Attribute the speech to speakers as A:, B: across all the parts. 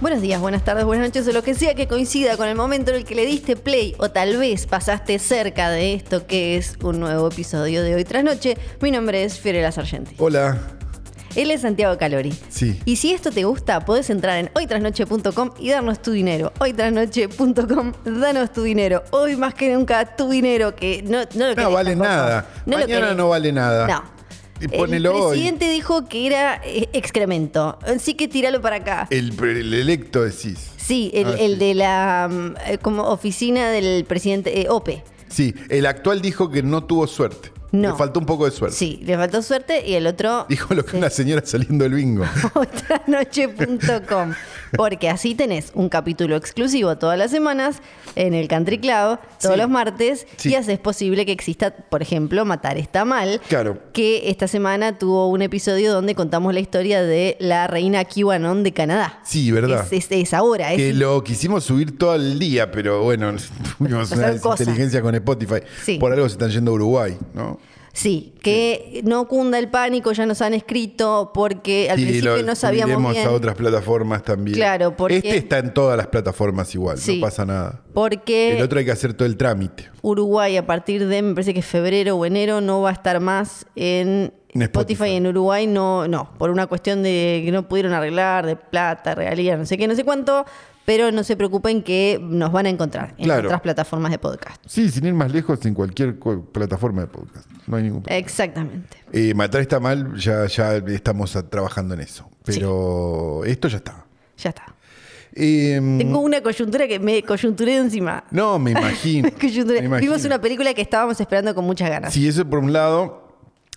A: Buenos días, buenas tardes, buenas noches o lo que sea que coincida con el momento en el que le diste play o tal vez pasaste cerca de esto que es un nuevo episodio de Hoy Tras Noche. Mi nombre es Fiorella Sargenti.
B: Hola.
A: Él es Santiago Calori.
B: Sí.
A: Y si esto te gusta, podés entrar en hoytrasnoche.com y darnos tu dinero. Hoytrasnoche.com, danos tu dinero. Hoy más que nunca, tu dinero, que no, no lo
B: No
A: querés
B: vale
A: tampoco.
B: nada.
A: No lo
B: Mañana
A: querés.
B: no vale nada.
A: No.
B: Y ponelo
A: el
B: hoy.
A: presidente dijo que era eh, excremento, así que tíralo para acá.
B: El, el electo decís.
A: Sí, el,
B: Ah,
A: el
B: sí.
A: de la mm, eh, como oficina del presidente eh, OPE.
B: Sí, el actual dijo que no tuvo suerte.
A: No.
B: Le faltó un poco de suerte.
A: Sí, le faltó suerte y el otro
B: Dijo lo que una señora saliendo del bingo.
A: otranoche.com. Porque así tenés un capítulo exclusivo todas las semanas en el Country Club, todos
B: Sí.
A: los martes,
B: Sí.
A: y haces posible que exista, por ejemplo, Matar está mal.
B: Claro.
A: Que esta semana tuvo un episodio donde contamos la historia de la reina QAnon de Canadá.
B: Sí, ¿verdad?
A: Es, es- es ahora, es
B: Que lo quisimos subir todo el día, pero bueno, tuvimos una
A: Pasaron cosas.
B: desinteligencia con Spotify.
A: Sí.
B: Por algo se están yendo a Uruguay, ¿no?
A: Sí, que no cunda el pánico, ya nos han escrito porque al
B: Sí,
A: principio
B: lo
A: no sabíamos
B: subiremos
A: bien.
B: a otras plataformas también.
A: Claro, porque-
B: Este está en todas las plataformas igual,
A: Sí. Eh,
B: no pasa nada.
A: Porque
B: El otro hay que hacer todo el trámite.
A: Uruguay a partir de, me parece que febrero o enero, no va a estar más en,
B: En Spotify.
A: Spotify. En Uruguay no, no, por una cuestión de que no pudieron arreglar, de plata, regalías, no sé qué, no sé cuánto. Pero no se preocupen que nos van a encontrar en
B: Claro.
A: otras plataformas de podcast.
B: Sí, sin ir más lejos, en cualquier cu- plataforma de podcast. No hay ningún problema.
A: Exactamente.
B: Eh, Matar está mal, ya, ya estamos a- trabajando en eso. Pero esto ya está.
A: Ya está.
B: Eh,
A: Tengo una coyuntura que me coyunturé de encima.
B: No, me imagino.
A: Me coyunturé.
B: me imagino.
A: Vimos una película que estábamos esperando con muchas ganas.
B: Sí, eso por un lado.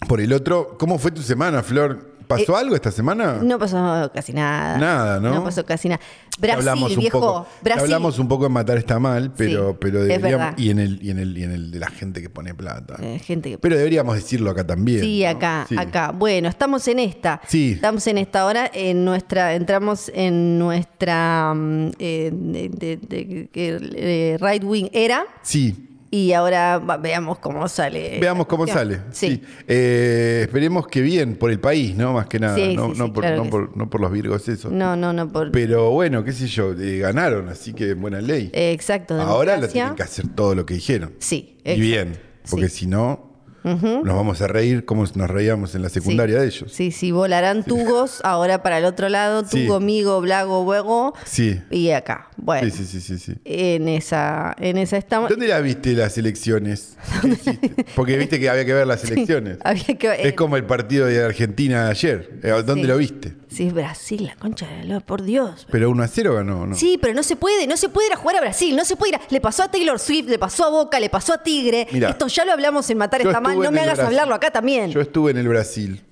B: Por el otro, ¿cómo fue tu semana, Flor? ¿Pasó algo esta semana?
A: Eh, No pasó casi nada.
B: Ah. Nada, ¿no?
A: No pasó casi nada.
B: Ya
A: Brasil,
B: un
A: viejo.
B: poco- ya
A: Brasil.
B: hablamos un poco en Matar está mal, pero,
A: Sí,
B: pero
A: es
B: deberíamos.
A: verdad.
B: Y en, el, y, en el, y en el de la gente que pone plata.
A: Eh, gente que...
B: Pero deberíamos decirlo acá también.
A: Sí,
B: ¿no?
A: acá,
B: Sí.
A: acá. Bueno, estamos en esta.
B: Sí.
A: Estamos en esta hora. En nuestra, entramos en nuestra mm, eh, de- de- de- de- eh, right wing era
B: Sí.
A: y ahora va- veamos cómo sale.
B: Veamos cómo
A: Sí.
B: sale.
A: Eh, Sí.
B: Sí. Eh, esperemos que bien, por el país, ¿no? Más que nada.
A: Sí,
B: no,
A: sí,
B: no
A: sí,
B: por,
A: claro
B: no
A: que
B: por- no por los virgos, eso.
A: No, no, no. Por...
B: Pero bueno, qué sé yo, eh, ganaron, así que buena ley.
A: Eh, exacto.
B: Ahora lo
A: democracia.
B: tienen que hacer todo lo que dijeron.
A: Sí.
B: Y bien, porque si no, nos vamos a reír como nos reíamos en la secundaria
A: Sí.
B: de ellos.
A: Sí, sí, volarán tugos ahora para el otro lado,
B: Sí.
A: tugo, migo, blago, huego
B: Sí.
A: y acá. Bueno,
B: Sí, sí, sí, sí, sí.
A: en esa en esa estamos.
B: ¿Dónde la viste las elecciones? que hiciste? Porque viste que había que ver las elecciones.
A: Había que
B: Es
A: eh,
B: como el partido de Argentina de ayer. Eh, ¿Dónde
A: Sí.
B: lo viste?
A: Sí, es Brasil, la concha de la lora, por Dios.
B: Pero 1 a 0 ganó, ¿no?
A: Sí, pero no se puede, no se puede ir a jugar a Brasil, no se puede ir. a- Le pasó a Taylor Swift, le pasó a Boca, le pasó a Tigre.
B: Mirá.
A: Esto ya lo hablamos en Matar
B: Yo
A: está mal,
B: estuve
A: no
B: en
A: me
B: el
A: hagas
B: Brasil.
A: hablarlo acá también.
B: Yo estuve en el Brasil,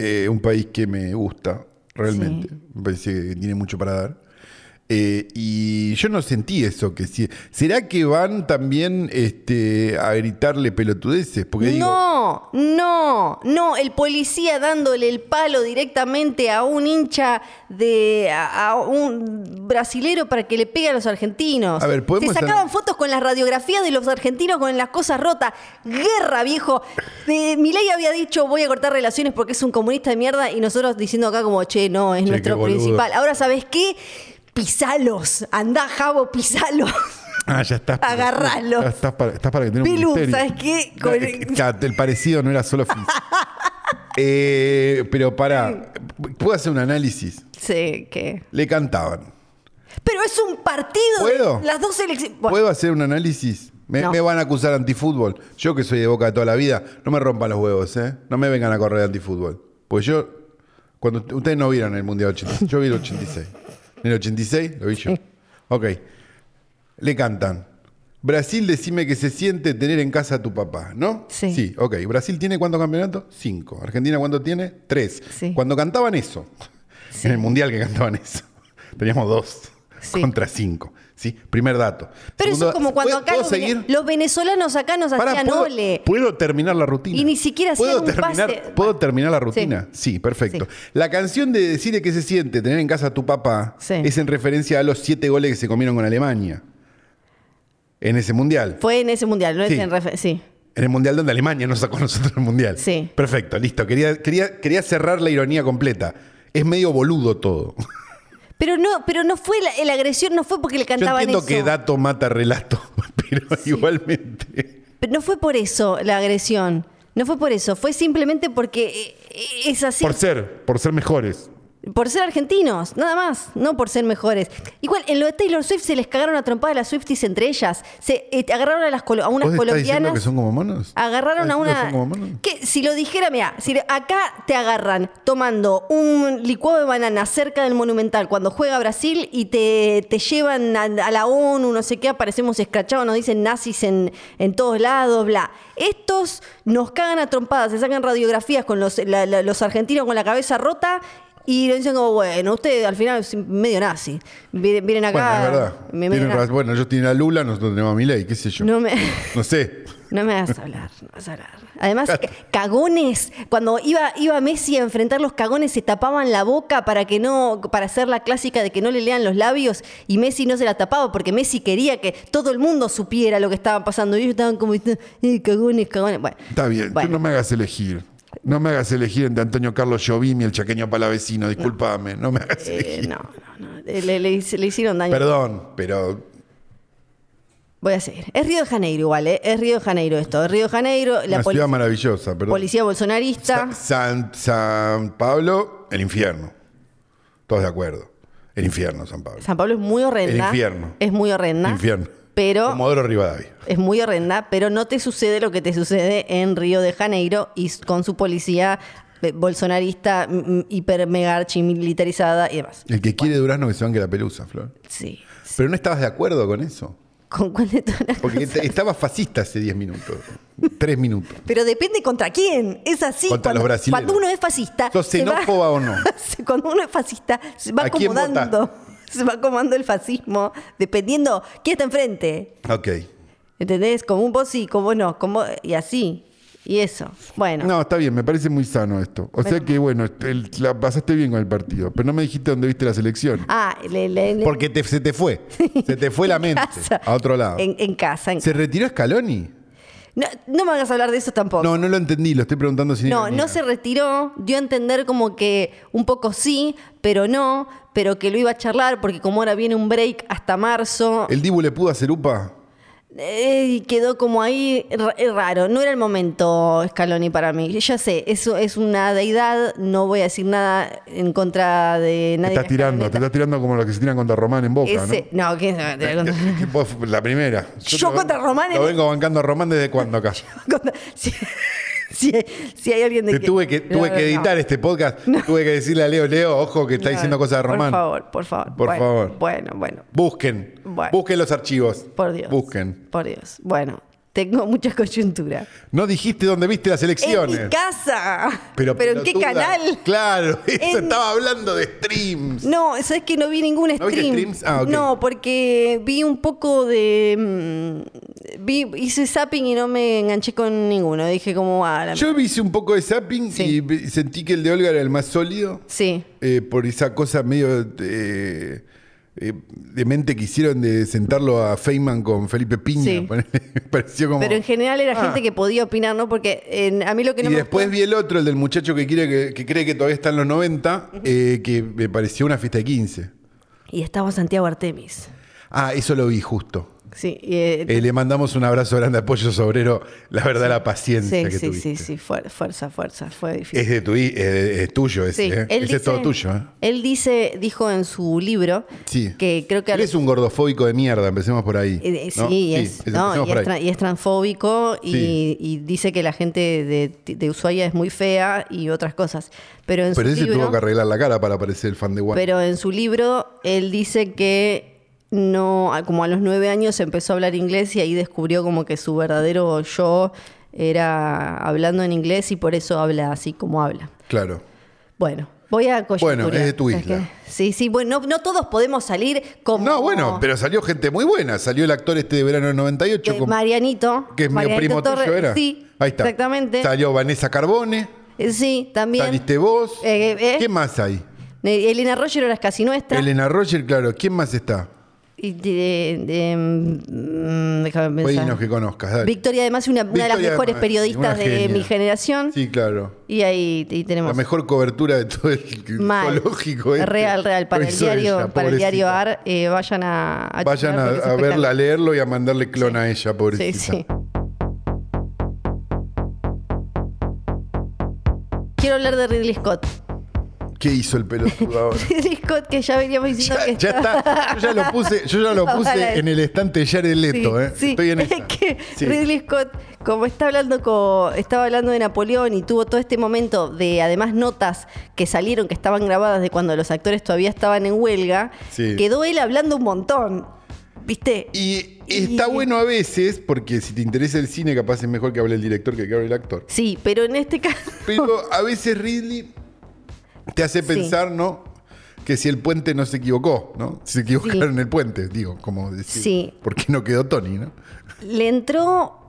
B: eh, un país que me gusta, realmente. Me parece que tiene mucho para dar. Eh, y yo no sentí eso que sí. ¿Será que van también este, a gritarle pelotudeces? Porque digo,
A: No, no, no, el policía dándole el palo directamente a un hincha de a, a un brasilero para que le pegue a los argentinos.
B: A ver, podemos
A: Se sacaban
B: an-
A: fotos con las radiografías de los argentinos con las cosas rotas. Guerra, viejo. Eh, Milei había dicho voy a cortar relaciones porque es un comunista de mierda y nosotros diciendo acá como, che, no, es
B: Che, qué
A: nuestro
B: boludo.
A: principal. Ahora, ¿sabes qué? Pisalos. Andá, Javo, pisalos.
B: ah, ya estás. para-
A: Agarralo.
B: ya Estás para, estás para que tenga un
A: Pilu,
B: ministerio.
A: ¿sabes qué?
B: No,
A: Con-
B: eh, claro, el parecido no era solo físico. Eh, pero para, puedo hacer un análisis.
A: sí, que...
B: Le cantaban.
A: Pero es un partido.
B: ¿Puedo?
A: de Las dos elecciones.
B: ¿Puedo hacer un análisis? Me,
A: No.
B: me van a acusar de antifútbol. Yo que soy de boca de toda la vida, no me rompan los huevos, ¿eh? No me vengan a correr de antifútbol. Pues yo, cuando ut- ustedes no vieron el Mundial 86, yo vi el 86. En el 86 lo vi yo. Ok. Le cantan. Brasil, decime que se siente tener en casa a tu papá, ¿no?
A: Sí.
B: Sí, ok. ¿Brasil tiene cuántos campeonatos? Cinco. ¿Argentina cuánto tiene? Tres.
A: Sí.
B: Cuando cantaban eso, en el Mundial que cantaban eso, teníamos dos.
A: Sí.
B: contra 5. ¿sí? Primer dato.
A: Pero eso
B: Segundo-
A: es como cuando
B: ¿Puedo-
A: acá
B: ¿puedo
A: los, vene-
B: seguir?
A: los venezolanos acá nos
B: Pará,
A: hacían
B: ¿puedo,
A: ole.
B: puedo terminar la rutina.
A: Y ni siquiera hacían
B: ¿Puedo
A: un
B: terminar,
A: pase.
B: ¿Puedo terminar la rutina? Sí, perfecto.
A: Sí.
B: La canción de Decirle que se siente tener en casa a tu papá
A: Sí.
B: es en referencia a los siete goles que se comieron con Alemania. En ese mundial.
A: Fue en ese mundial, no
B: Sí.
A: es en refe- Sí.
B: En el mundial donde Alemania nos sacó a nosotros el mundial.
A: Sí.
B: Perfecto, listo. Quería, quería, quería cerrar la ironía completa. Es medio boludo todo.
A: Pero no, pero no fue la, la agresión, no fue porque le
B: Yo
A: cantaban
B: entiendo
A: eso.
B: que dato mata relato, pero igualmente.
A: Pero no fue por eso la agresión. No fue por eso. Fue simplemente porque eh, es así.
C: Por ser, por ser mejores.
A: Por ser argentinos, nada más, no por ser mejores. Igual, en lo de Taylor Swift se les cagaron a trompadas las Swifties entre ellas. Se eh, agarraron a, las colo- a unas
B: ¿Vos estás diciendo
A: colombianas.
B: que son como monos?
A: Agarraron a
B: ¿Estás diciendo
A: una.
B: que son como monos?
A: Que si lo dijera, mira, si le- acá te agarran tomando un licuado de banana cerca del Monumental cuando juega Brasil y te, te llevan a, a la ONU, no sé qué, aparecemos escrachados, nos dicen nazis en, en todos lados, bla. Estos nos cagan a trompadas, se sacan radiografías con los, la- la- los argentinos con la cabeza rota. Y lo dicen como, bueno, ustedes al final es medio nazi. Vienen vienen
B: Bueno,
A: acá.
B: es verdad.
A: me- me-
B: Tienen
A: na-
B: razón. Bueno, ellos tienen a Lula, nosotros tenemos a Milei, qué sé yo.
A: No me-
B: No sé.
A: No me vas a hablar, no vas a hablar. Además, ca- cagones. Cuando iba, iba Messi a enfrentar los cagones, se tapaban la boca para que no, para hacer la clásica de que no le lean los labios y Messi no se la tapaba porque Messi quería que todo el mundo supiera lo que estaba pasando. Y ellos estaban como, "Eh, cagones, cagones. Bueno,
C: Está bien, tú
A: Bueno.
C: no me hagas elegir. No me hagas elegir entre Antonio Carlos Jobim y el chaqueño palavecino, discúlpame, no me hagas
A: eh,
C: elegir.
A: no, no, no. Eh, Le, le hice- le hicieron daño.
B: Perdón, pero
A: Voy a seguir. Es Río de Janeiro igual, ¿eh? Es Río de Janeiro esto. Es Río de Janeiro, la
B: una
A: poli-
B: ciudad maravillosa, perdón.
A: policía bolsonarista.
B: Sa- San, San Pablo, el infierno. Todos de acuerdo. El infierno, San Pablo.
A: San Pablo es muy
B: el
A: horrenda.
B: infierno.
A: Es muy horrenda.
B: Infierno.
A: Pero...
B: Comodoro Rivadavia.
A: Es muy horrenda, pero no te sucede lo que te sucede en Río de Janeiro y s- con su policía eh, bolsonarista, mm, mm, hiper mega archi militarizada y demás.
B: El que quiere Durazno que se banque la pelusa, Flor.
A: Sí. sí.
B: Pero no estabas de acuerdo con eso.
A: ¿Con cuál de todas las
B: Porque
A: cosas?
B: te- estabas fascista hace 10 minutos. 3 minutos.
A: Pero depende contra quién. Es así.
B: Contra
A: cuando,
B: los brasileños.
A: Cuando uno es fascista.
B: ¿Sos
A: se va-
B: xenófoba o no?
A: se- cuando uno es fascista, se va
B: ¿A quién votás?
A: acomodando. Se va acomodando el fascismo, dependiendo quién está enfrente.
B: Ok.
A: ¿Entendés? Como un vos sí, como no, como y así. Y eso. Bueno.
C: No, está bien, me parece muy sano esto. O sea que, bueno, el- la pasaste bien con el partido, pero no me dijiste dónde viste la selección.
A: Ah, le, le- le-
B: Porque te- se te fue. Se te fue la mente
A: casa.
B: a otro lado.
A: En, en casa. en-
B: ¿Se retiró Scaloni?
A: No, no me hagas hablar de eso tampoco. No,
B: No, no lo entendí, lo estoy preguntando sin
A: no,
B: ironía.
A: se retiró. Dio a entender como que un poco sí, pero no. Pero que lo iba a charlar porque como ahora viene un break hasta marzo.
B: ¿El Dibu le pudo hacer upa?
A: eh, y quedó como ahí ra- eh, raro. No era el momento, Scaloni, para mí. Ya sé, eso es una deidad. No voy a decir nada en contra de
C: Te
A: nadie.
C: estás tirando, te estás tirando como los que se tiran contra Román en Boca,
A: Ese-
C: ¿no?
A: no, ¿quién se va a tirar contra-
B: ¿Qué puedo- La primera.
A: Yo
B: lo-
A: contra Román en-
B: Lo vengo bancando a Román desde cuándo acá.
A: contra- si, si hay- si hay alguien de
B: Te tuve que, tuve
A: No,
B: que
A: no.
B: editar este podcast. Tuve que decirle a Leo, Leo, ojo que está
A: No,
B: diciendo cosas de Román.
A: Por favor, por favor.
B: Por
A: bueno,
B: favor.
A: Bueno, bueno,
B: Busquen.
A: Bueno.
B: Busquen los archivos.
A: por Dios.
B: Busquen.
A: Por Dios. Bueno, tengo mucha coyuntura.
B: No dijiste dónde viste las elecciones.
A: En mi casa. Pero, ¿en qué
B: pelotuda.
A: canal?
B: Claro, eso
A: En-
B: estaba hablando de streams.
A: No, sabes que no vi ningún
B: ¿No viste
A: stream.
B: streams? Ah, ok.
A: No, porque vi un poco de. mm, vi, hice zapping y no me enganché con ninguno. Dije como, ah, la
B: Yo hice un poco de zapping
A: Sí.
B: y vi- sentí que el de Olga era el más sólido.
A: Sí.
B: eh, por esa cosa medio eh, eh, demente que hicieron de sentarlo a Feynman con Felipe Piña.
A: Sí.
B: ponele. Me pareció como. ah.
A: Pero en general era gente que podía opinar, ¿no? Porque en- a mí lo que no
B: y
A: me
B: después
A: gustó-
B: vi el otro, el del muchacho que, quiere que, que cree que todavía está en los 90, eh, que me pareció una fiesta de 15.
A: Y estaba Santiago Artemis.
B: Ah, eso lo vi justo.
A: Sí. y, eh,
B: Eh, le mandamos un abrazo grande a Pollo Sobrero. La verdad, la
A: sí,
B: paciencia que
A: sí,
B: tuviste.
A: sí, sí, fuer- fuerza, fuerza, fue difícil.
B: Es, de tu, es, de- es tuyo ese,
A: Sí,
B: ¿eh?
A: él
B: Ese es
A: dice-
B: todo tuyo, ¿eh?
A: Él dice, dijo en su libro,
B: Sí.
A: que creo que...
B: Él es un gordofóbico de mierda, empecemos por ahí.
A: Eh, eh, sí,
B: ¿no?
A: es,
B: empecemos
A: no, y,
B: por
A: es
B: ahí.
A: tra- y es transfóbico y,
B: Sí.
A: y dice que la gente de, de Ushuaia es muy fea y otras cosas. Pero en
B: Pero
A: su
B: ese
A: libro,
B: tuvo que arreglar la cara para parecer el fan de One.
A: pero en su libro él dice que no, a- como a los nueve años empezó a hablar inglés y ahí descubrió como que su verdadero yo era hablando en inglés y por eso habla así como habla.
B: Claro.
A: Bueno, Voy a coyuntura.
B: Bueno, es de tu
A: O sea
B: isla.
A: que- Sí, sí, bueno, no, no todos podemos salir como...
B: No, bueno, pero salió gente muy buena. Salió el actor este de verano del 98.
A: de
B: con-
A: eh, Marianito.
B: que es medio
A: Marianito
B: primo tuyo,
A: Torres,
B: ¿era?
A: Sí,
B: Ahí está.
A: exactamente.
B: Salió Vanessa Carbone.
A: Eh, Sí, también.
B: Saliste vos.
A: Eh, eh, eh.
B: ¿Quién más hay?
A: Eh, Elena Roger era casi nuestra.
B: Elena Roger, claro. ¿Quién más está?
A: Y de- de- mm, déjame pensar.
B: Buenos que conozcas. dale.
A: Victoria, además, una, una de las
B: Victoria,
A: mejores
B: una
A: periodistas de
B: genia.
A: mi generación.
B: Sí, claro.
A: Y ahí y tenemos.
B: La mejor cobertura de todo el
A: Mal.
B: zoológico. este.
A: Real, real. Para
B: Lo
A: el
B: hizo
A: diario,
B: ella,
A: para el diario
B: pobrecita.
A: AR, eh, vayan a, a
B: Vayan
A: chequear
B: a,
A: porque es
B: a verla, a
A: espectacular.
B: leerlo y a mandarle clon a ella,
A: Sí,
B: pobrecita.
A: sí. Quiero hablar de Ridley Scott.
B: ¿Qué hizo el pelotudo ahora?
A: Ridley Scott, que ya veníamos diciendo
B: Ya,
A: que
B: ya está, yo ya lo puse, yo ya lo
A: Estaba
B: puse
A: la-
B: en el estante de Jared Leto,
A: Sí,
B: ¿eh?
A: sí.
B: Estoy en
A: Es
B: esa.
A: que
B: Sí.
A: Ridley Scott, como está hablando con, estaba hablando de Napoleón y tuvo todo este momento de además notas que salieron que estaban grabadas de cuando los actores todavía estaban en huelga,
B: Sí.
A: quedó él hablando un montón. ¿Viste?
B: Y está
A: Y-
B: bueno a veces, porque si te interesa el cine, capaz es mejor que hable el director que que hable el actor.
A: Sí, pero en este caso
B: Pero a veces Ridley te hace
A: Sí.
B: pensar, ¿no? Que si el puente no se equivocó, ¿no? Se equivocaron
A: Sí.
B: en el puente, digo, como decir.
A: Sí.
B: ¿Por qué no quedó Tony, no?
A: le entró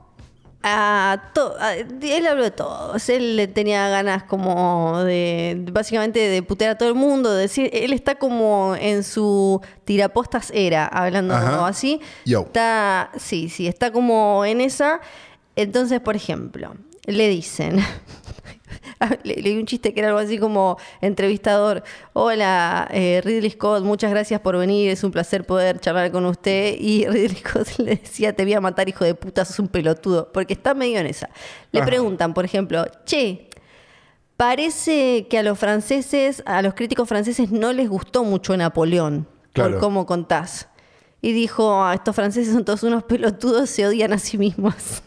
A: a todo. Él habló de todos. Él le tenía ganas como de. Básicamente de putear a todo el mundo. de decir, él está como en su tirapostas era, hablando
B: Ajá.
A: así.
B: Yo.
A: Está. Sí, sí, está como en esa. Entonces, por ejemplo, le dicen. Ah, Le- Leí un chiste que era algo así como entrevistador. Hola, eh, Ridley Scott, muchas gracias por venir. Es un placer poder charlar con usted. Y Ridley Scott le decía, te voy a matar, hijo de puta, sos un pelotudo. Porque está medio en esa. Le
B: Ajá.
A: preguntan, por ejemplo, che, parece que a los franceses, a los críticos franceses no les gustó mucho Napoleón.
B: Claro.
A: Por cómo contás. Y dijo, "Ah, estos franceses son todos unos pelotudos, se odian a sí mismos.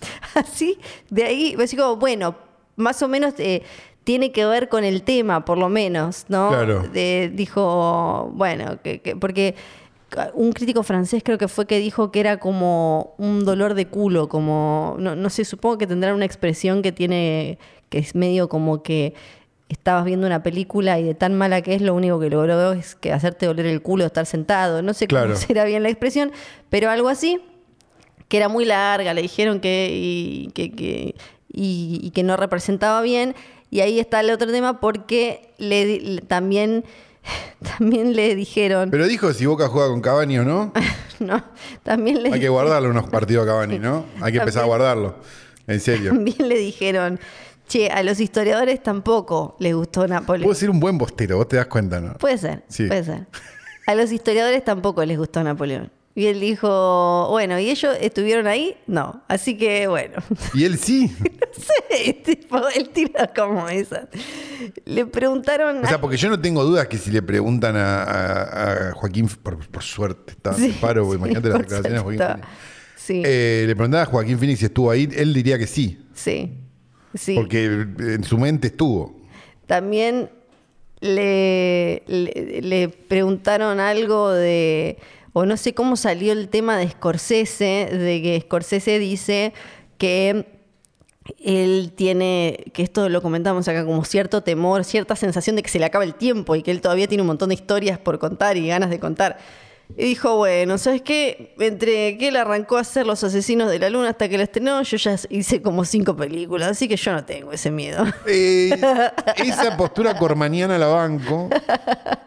A: Así, de ahí, así como, bueno, más o menos eh, tiene que ver con el tema, por lo menos, ¿no?
B: Claro.
A: De- dijo, bueno, que, que- porque un crítico francés creo que fue que dijo que era como un dolor de culo, como, no, no sé, supongo que tendrán una expresión que tiene, que es medio como que estabas viendo una película y de tan mala que es, lo único que logró es que hacerte doler el culo, estar sentado, no sé
B: Claro.
A: cómo será bien la expresión, pero algo así que era muy larga, le dijeron que, y, que, que- y- y que no representaba bien. Y ahí está el otro tema porque le, di- le- también, también le dijeron,
B: Pero dijo si Boca juega con Cavani o no,
A: no, también le,
B: hay que guardarlo unos partidos a Cavani, ¿no? Hay que empezar a guardarlo. En serio.
A: también le dijeron, che, a los historiadores tampoco les gustó Napoleón.
B: Puedo ser un buen bostero, vos te das cuenta, ¿no?
A: Puede ser,
B: Sí.
A: puede ser. A los historiadores tampoco les gustó Napoleón. Y él dijo, bueno, ¿y ellos estuvieron ahí? No. Así que bueno.
B: Y él sí.
A: Sí, tipo, él tira como esas. Le preguntaron.
B: O sea, porque yo no tengo dudas que si le preguntan a, a- a Joaquín, por, por suerte, estaba
A: Sí,
B: en paro,
A: sí,
B: porque imagínate las
A: por
B: declaraciones de Joaquín
A: supuesto.
B: Phoenix.
A: Sí,
B: Eh, le preguntaba a Joaquín Phoenix si estuvo ahí, él diría que sí,
A: sí, sí.
B: porque en su mente estuvo.
A: También le, le, le preguntaron algo de. O no sé cómo salió el tema de Scorsese, de que Scorsese dice que él tiene, que esto lo comentamos acá, como cierto temor, cierta sensación de que se le acaba el tiempo y que él todavía tiene un montón de historias por contar y ganas de contar. Y dijo, bueno, ¿sabes qué? Entre que él arrancó a hacer Los Asesinos de la Luna hasta que la estrenó, yo ya hice como cinco películas, así que yo no tengo ese miedo.
B: Eh, esa postura cormaniana la banco,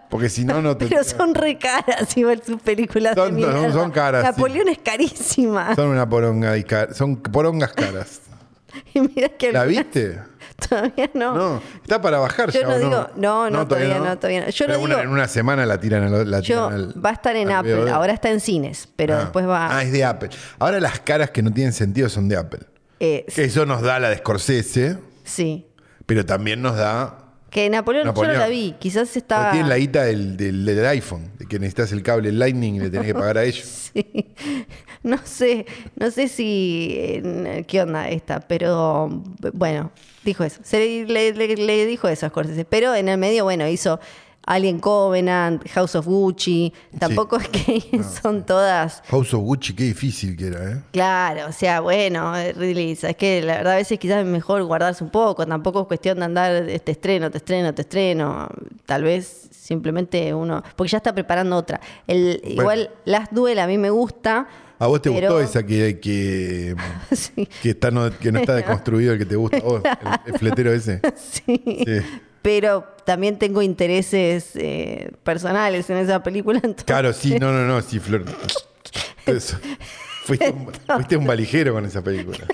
B: porque si no, no te.
A: Pero son re caras igual sus películas de
B: Son- son-
A: mierda.
B: son caras, sí.
A: Napoleón es carísima.
B: Son una poronga, y ca- son porongas caras.
A: Y mirá que
B: ¿La
A: algunas
B: viste?
A: Todavía no.
B: No, está para bajar
A: Yo
B: ya,
A: no
B: ¿o
A: digo- no, no, todavía no, todavía no. Yo
B: Pero
A: no
B: una-
A: digo-
B: en una semana la tiran, a lo- la
A: Yo,
B: tiran al-
A: va a estar en
B: al
A: Apple,
B: VOD.
A: ahora está en cines, pero
B: Ah.
A: después va...
B: Ah, es de Apple. Ahora las caras que no tienen sentido son de Apple.
A: eh,
B: Que eso nos da la de Scorsese,
A: sí.
B: pero también nos da.
A: Que Napoleón, yo
B: Napoleón.
A: no la vi, quizás
B: Pero
A: está...
B: tienen la guita del, del- del iPhone, de que necesitas el cable Lightning y le tenés que pagar a ellos.
A: Sí. No sé, no sé si eh, qué onda esta, pero bueno, dijo eso. Se le, le- le- le dijo eso a Scorsese. Pero en el medio, bueno, hizo Alien Covenant, House of Gucci. Tampoco es que son todas.
B: House of Gucci, qué difícil que era, ¿eh?
A: Claro, o sea, bueno, eh, Ridley, es que la verdad a veces quizás es mejor guardarse un poco, tampoco es cuestión de andar, eh, te estreno, te estreno, te estreno, tal vez simplemente uno, porque ya está preparando otra. El, Igual Las Duel a mí me gusta.
B: ¿A vos te
A: pero-
B: gustó esa que, que,
A: sí,
B: que está no, que no está desconstruido el que te gusta? Oh, el, el fletero ese.
A: sí.
B: Sí.
A: Pero también tengo intereses eh, personales en esa película, entonces
B: Claro, sí, no, no, no, sí, Flor. Eso. Fuiste, un, fuiste un valijero con esa película.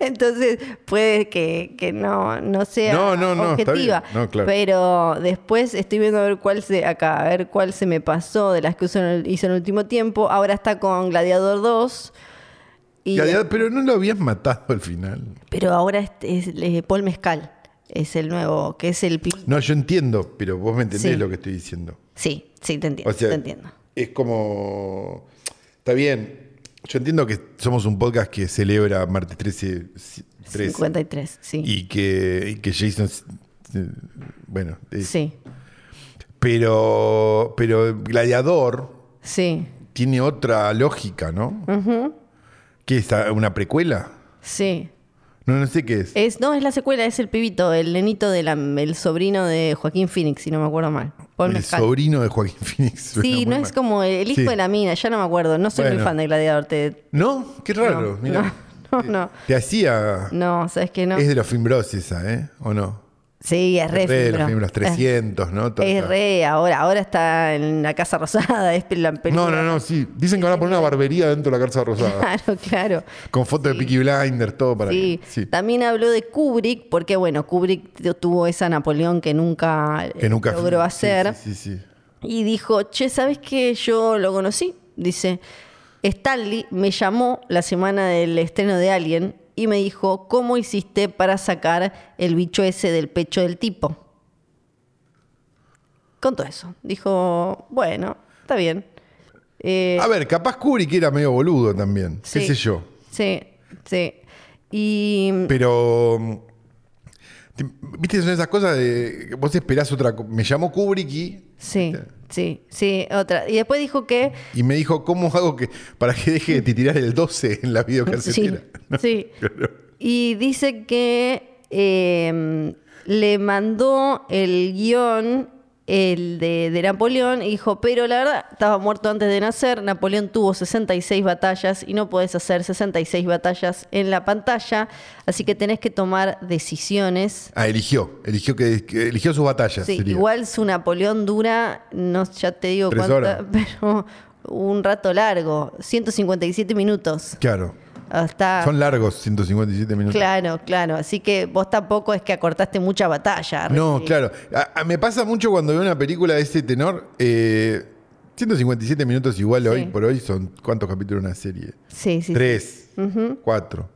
A: Entonces puede que, que no, no sea
B: No, no, no, está
A: objetiva.
B: bien. No, claro.
A: Pero después estoy viendo a ver cuál se acá, a ver cuál se me pasó de las que uso en el- hizo en el último tiempo. Ahora está con Gladiador 2. Y,
B: Gladiador, pero no lo habías matado al final.
A: Pero ahora es, es- eh, Paul Mezcal, es el nuevo, que es el pi-
B: No, yo entiendo, pero vos me entendés
A: Sí.
B: lo que estoy diciendo.
A: Sí, sí, te entiendo,
B: O sea,
A: te entiendo.
B: es como. Está bien. Yo entiendo que somos un podcast que celebra martes 13. 13
A: 53, sí.
B: y, que, y que Jason. eh, Bueno, eh,
A: Sí,
B: pero, pero Gladiador
A: sí,
B: tiene otra lógica, ¿no? ¿Qué es? ah, ¿Una precuela?
A: sí.
B: No, no sé qué es.
A: Es, no, es la secuela, es el pibito, el nenito del el sobrino de Joaquín Phoenix, si no me acuerdo mal. Paul
B: el
A: Mezcal.
B: sobrino de Joaquín Phoenix. suena
A: Sí,
B: muy
A: no
B: mal.
A: es como el hijo
B: Sí.
A: de la mina, ya no me acuerdo. No soy muy
B: Bueno.
A: fan de Gladiador. Te,
B: No, qué raro.
A: no,
B: mirá.
A: no, no,
B: Te hacía.
A: no, sabes que no.
B: Es de los Fimbros esa, ¿eh? ¿O no?
A: sí, es re.
B: de los
A: fimbro.
B: Fimbros, 300, ¿no? Todo
A: Es, es
B: eso.
A: re, ahora, ahora está en la Casa Rosada, es la
C: No,
A: película.
C: no, no, sí. Dicen que van a poner una barbería dentro de la calza rosada.
A: Claro, claro.
B: Con fotos de Peaky Blinders, todo para
A: Sí.
B: que- sí,
A: También habló de Kubrick, porque bueno, Kubrick tuvo esa Napoleón que nunca, eh,
B: que nunca
A: logró
B: sí,
A: hacer.
B: Sí, sí, sí.
A: Y dijo, che, ¿sabes qué? Yo lo conocí. Dice, Stanley me llamó la semana del estreno de Alien y me dijo, ¿cómo hiciste para sacar el bicho ese del pecho del tipo? Con todo eso. Dijo, bueno, está bien. Eh,
B: A ver, capaz Kubrick era medio boludo también,
A: Sí.
B: qué sé yo.
A: sí, sí. Y
B: Pero. mm, te- ¿Viste? Son esas cosas de. que Vos esperás otra. co- Me llamó Kubrick y,
A: sí, sí, sí, otra. Y después dijo que
B: y me dijo, ¿cómo hago que para que deje de titirar el 12 en la videocasetera?
A: Sí, sí. Y dice que eh, le mandó el guión el de, de Napoleón y dijo, pero la verdad, estaba muerto antes de nacer, Napoleón tuvo 66 batallas y no podés hacer 66 batallas en la pantalla, así que tenés que tomar decisiones.
B: Ah, eligió. Eligió que, que eligió sus batallas.
A: Sí,
B: sería.
A: igual su Napoleón dura, no ya te digo
B: Tres
A: cuánta,
B: horas.
A: pero un rato largo, 157 minutos.
B: Claro.
A: Hasta
B: Son largos 157 minutos.
A: Ah. Claro, claro. Así que vos tampoco es que acortaste mucha batalla.
B: No,
A: Ricky.
B: claro. A- a- me pasa mucho cuando veo una película de ese tenor. eh, 157 minutos igual hoy por hoy son cuántos capítulos de una serie.
A: Sí, sí.
B: Tres, cuatro.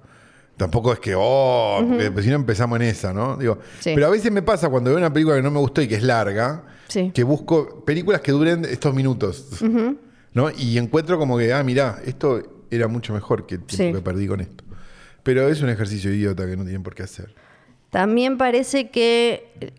B: Tampoco es que, oh, porque si no empezamos en esa, ¿no? Digo,
A: Sí.
B: Pero a veces me pasa cuando veo una película que no me gustó y que es larga,
A: Sí.
B: que busco películas que duren estos minutos, ¿no? Y encuentro como que, ah, mirá, esto era mucho mejor que el tiempo
A: Sí.
B: que perdí con esto. Pero es un ejercicio idiota que no tienen por qué hacer.
A: También parece que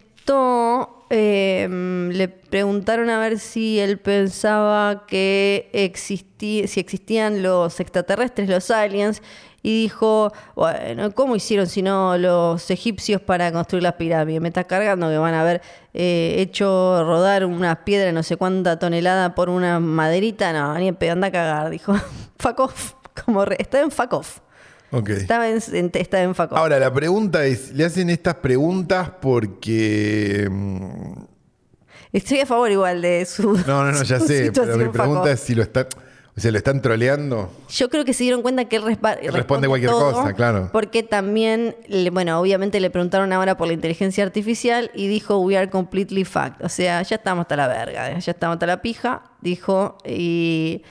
A: contestó, eh, le preguntaron a ver si él pensaba que existí- si existían los extraterrestres, los aliens, y dijo, bueno, ¿cómo hicieron si no los egipcios para construir las pirámides? Me está cargando que van a haber eh, hecho rodar una piedra de no sé cuánta tonelada por una maderita, no, ni en pedo, anda a cagar, dijo. Fuck off, como re- está en fuck off.
B: Ok.
A: Estaba en, en- estaba en fuck off.
B: Ahora, la pregunta es, ¿le hacen estas preguntas porque... mm,
A: Estoy a favor igual de su.
B: No, no, no, ya
A: su
B: sé, pero mi
A: situación, Faco.
B: pregunta es si lo están... O sea, ¿lo están troleando?
A: Yo creo que se dieron cuenta que él respa- responde,
B: cualquier
A: todo,
B: cosa, claro.
A: Porque también, le- bueno, obviamente le preguntaron ahora por la inteligencia artificial y dijo, we are completely fucked. O sea, ya estamos hasta la verga, eh, ya estamos hasta la pija, dijo, y.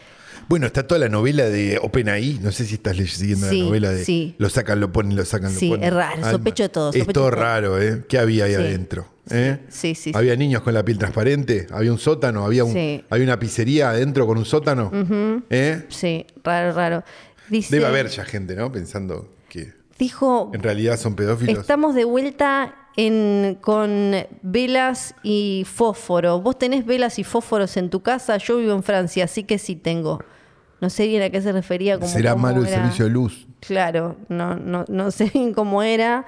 B: Bueno, está toda la novela de OpenAI. No sé si estás leyendo siguiendo
A: Sí,
B: la novela de
A: sí.
B: lo sacan, lo ponen, lo sacan,
A: Sí,
B: lo ponen.
A: es raro, sospecho de todo,
B: Es
A: sospecho
B: todo
A: de todo.
B: raro, ¿eh? ¿Qué había
A: Sí,
B: ahí adentro? ¿Eh?
A: sí, sí, sí.
B: Había niños con la piel transparente, había un sótano, había, un,
A: Sí.
B: había una pizzería adentro con un sótano. ¿Eh?
A: Sí, raro, raro. Dice,
B: Debe haber ya gente, ¿no? Pensando que
A: Dijo,
B: en realidad son pedófilos.
A: Estamos de vuelta en, con velas y fósforo. Vos tenés velas y fósforos en tu casa, yo vivo en Francia, así que sí tengo. No sé bien a qué se refería. Como
B: Será
A: cómo
B: malo el
A: era.
B: servicio de luz.
A: Claro, no, no, no sé bien cómo era.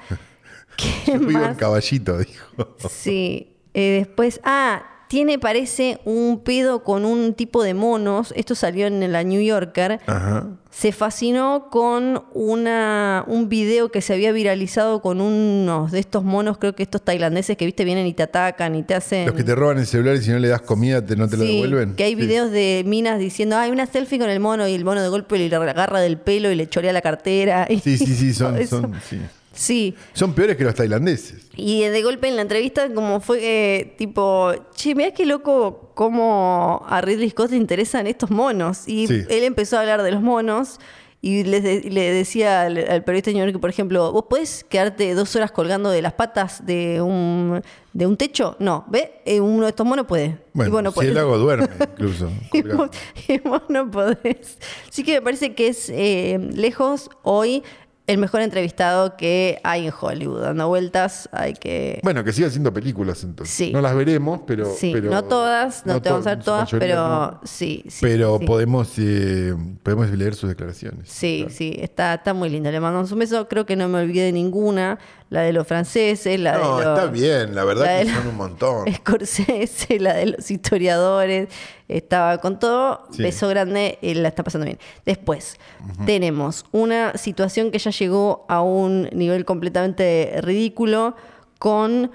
A: ¿Qué
B: Yo vivo en
A: más?
B: caballito, dijo.
A: Sí. Eh, después, ah, tiene, parece, un pedo con un tipo de monos. Esto salió en la New Yorker.
B: Ah. Ajá.
A: Se fascinó con una, un video que se había viralizado con unos de estos monos, creo que estos tailandeses que viste vienen y te atacan y te hacen.
B: Los que te roban el celular y si no le das comida te, no te lo
A: Sí,
B: devuelven.
A: Que hay
B: Sí.
A: videos de minas diciendo, ah, hay una selfie con el mono y el mono de golpe le agarra del pelo y le chorea la cartera. y
B: Sí, sí, sí,
A: todo
B: son,
A: eso.
B: son, sí.
A: Sí.
B: Son peores que los tailandeses.
A: Y de golpe en la entrevista como fue eh, tipo, che, mirá qué loco cómo a Ridley Scott le interesan estos monos. Y
B: Sí.
A: él empezó a hablar de los monos y les de- le decía al, al periodista de New York, que, por ejemplo, vos podés quedarte dos horas colgando de las patas de un, de un techo. No, ¿ve? Eh, uno de estos monos puede.
B: Bueno,
A: y vos no
B: si
A: podés.
B: el lago duerme, incluso.
A: Y
B: colgado.
A: vos, y vos no podés. Así que me parece que es eh, lejos hoy el mejor entrevistado que hay en Hollywood. Dando vueltas, hay que.
C: Bueno, que siga haciendo películas entonces.
A: Sí.
C: No las veremos, pero.
A: sí,
C: pero-
A: no todas, no, te
C: to-
A: vamos a ver
C: su
A: todas,
C: mayoría
A: pero
C: no.
A: sí, sí.
B: Pero
A: sí.
B: podemos eh, podemos leer sus declaraciones.
A: Sí, sí, está, está muy lindo. Le mandamos un beso. Creo que no me olvidé de ninguna. La de los franceses, la
B: No,
A: de los...
B: está bien, la verdad
A: la
B: que
A: de
B: son
A: los-
B: un montón.
A: Scorsese, la de los historiadores, estaba con todo.
B: Sí.
A: Beso grande, eh, la está pasando bien. Después, tenemos una situación que ya llegó a un nivel completamente ridículo con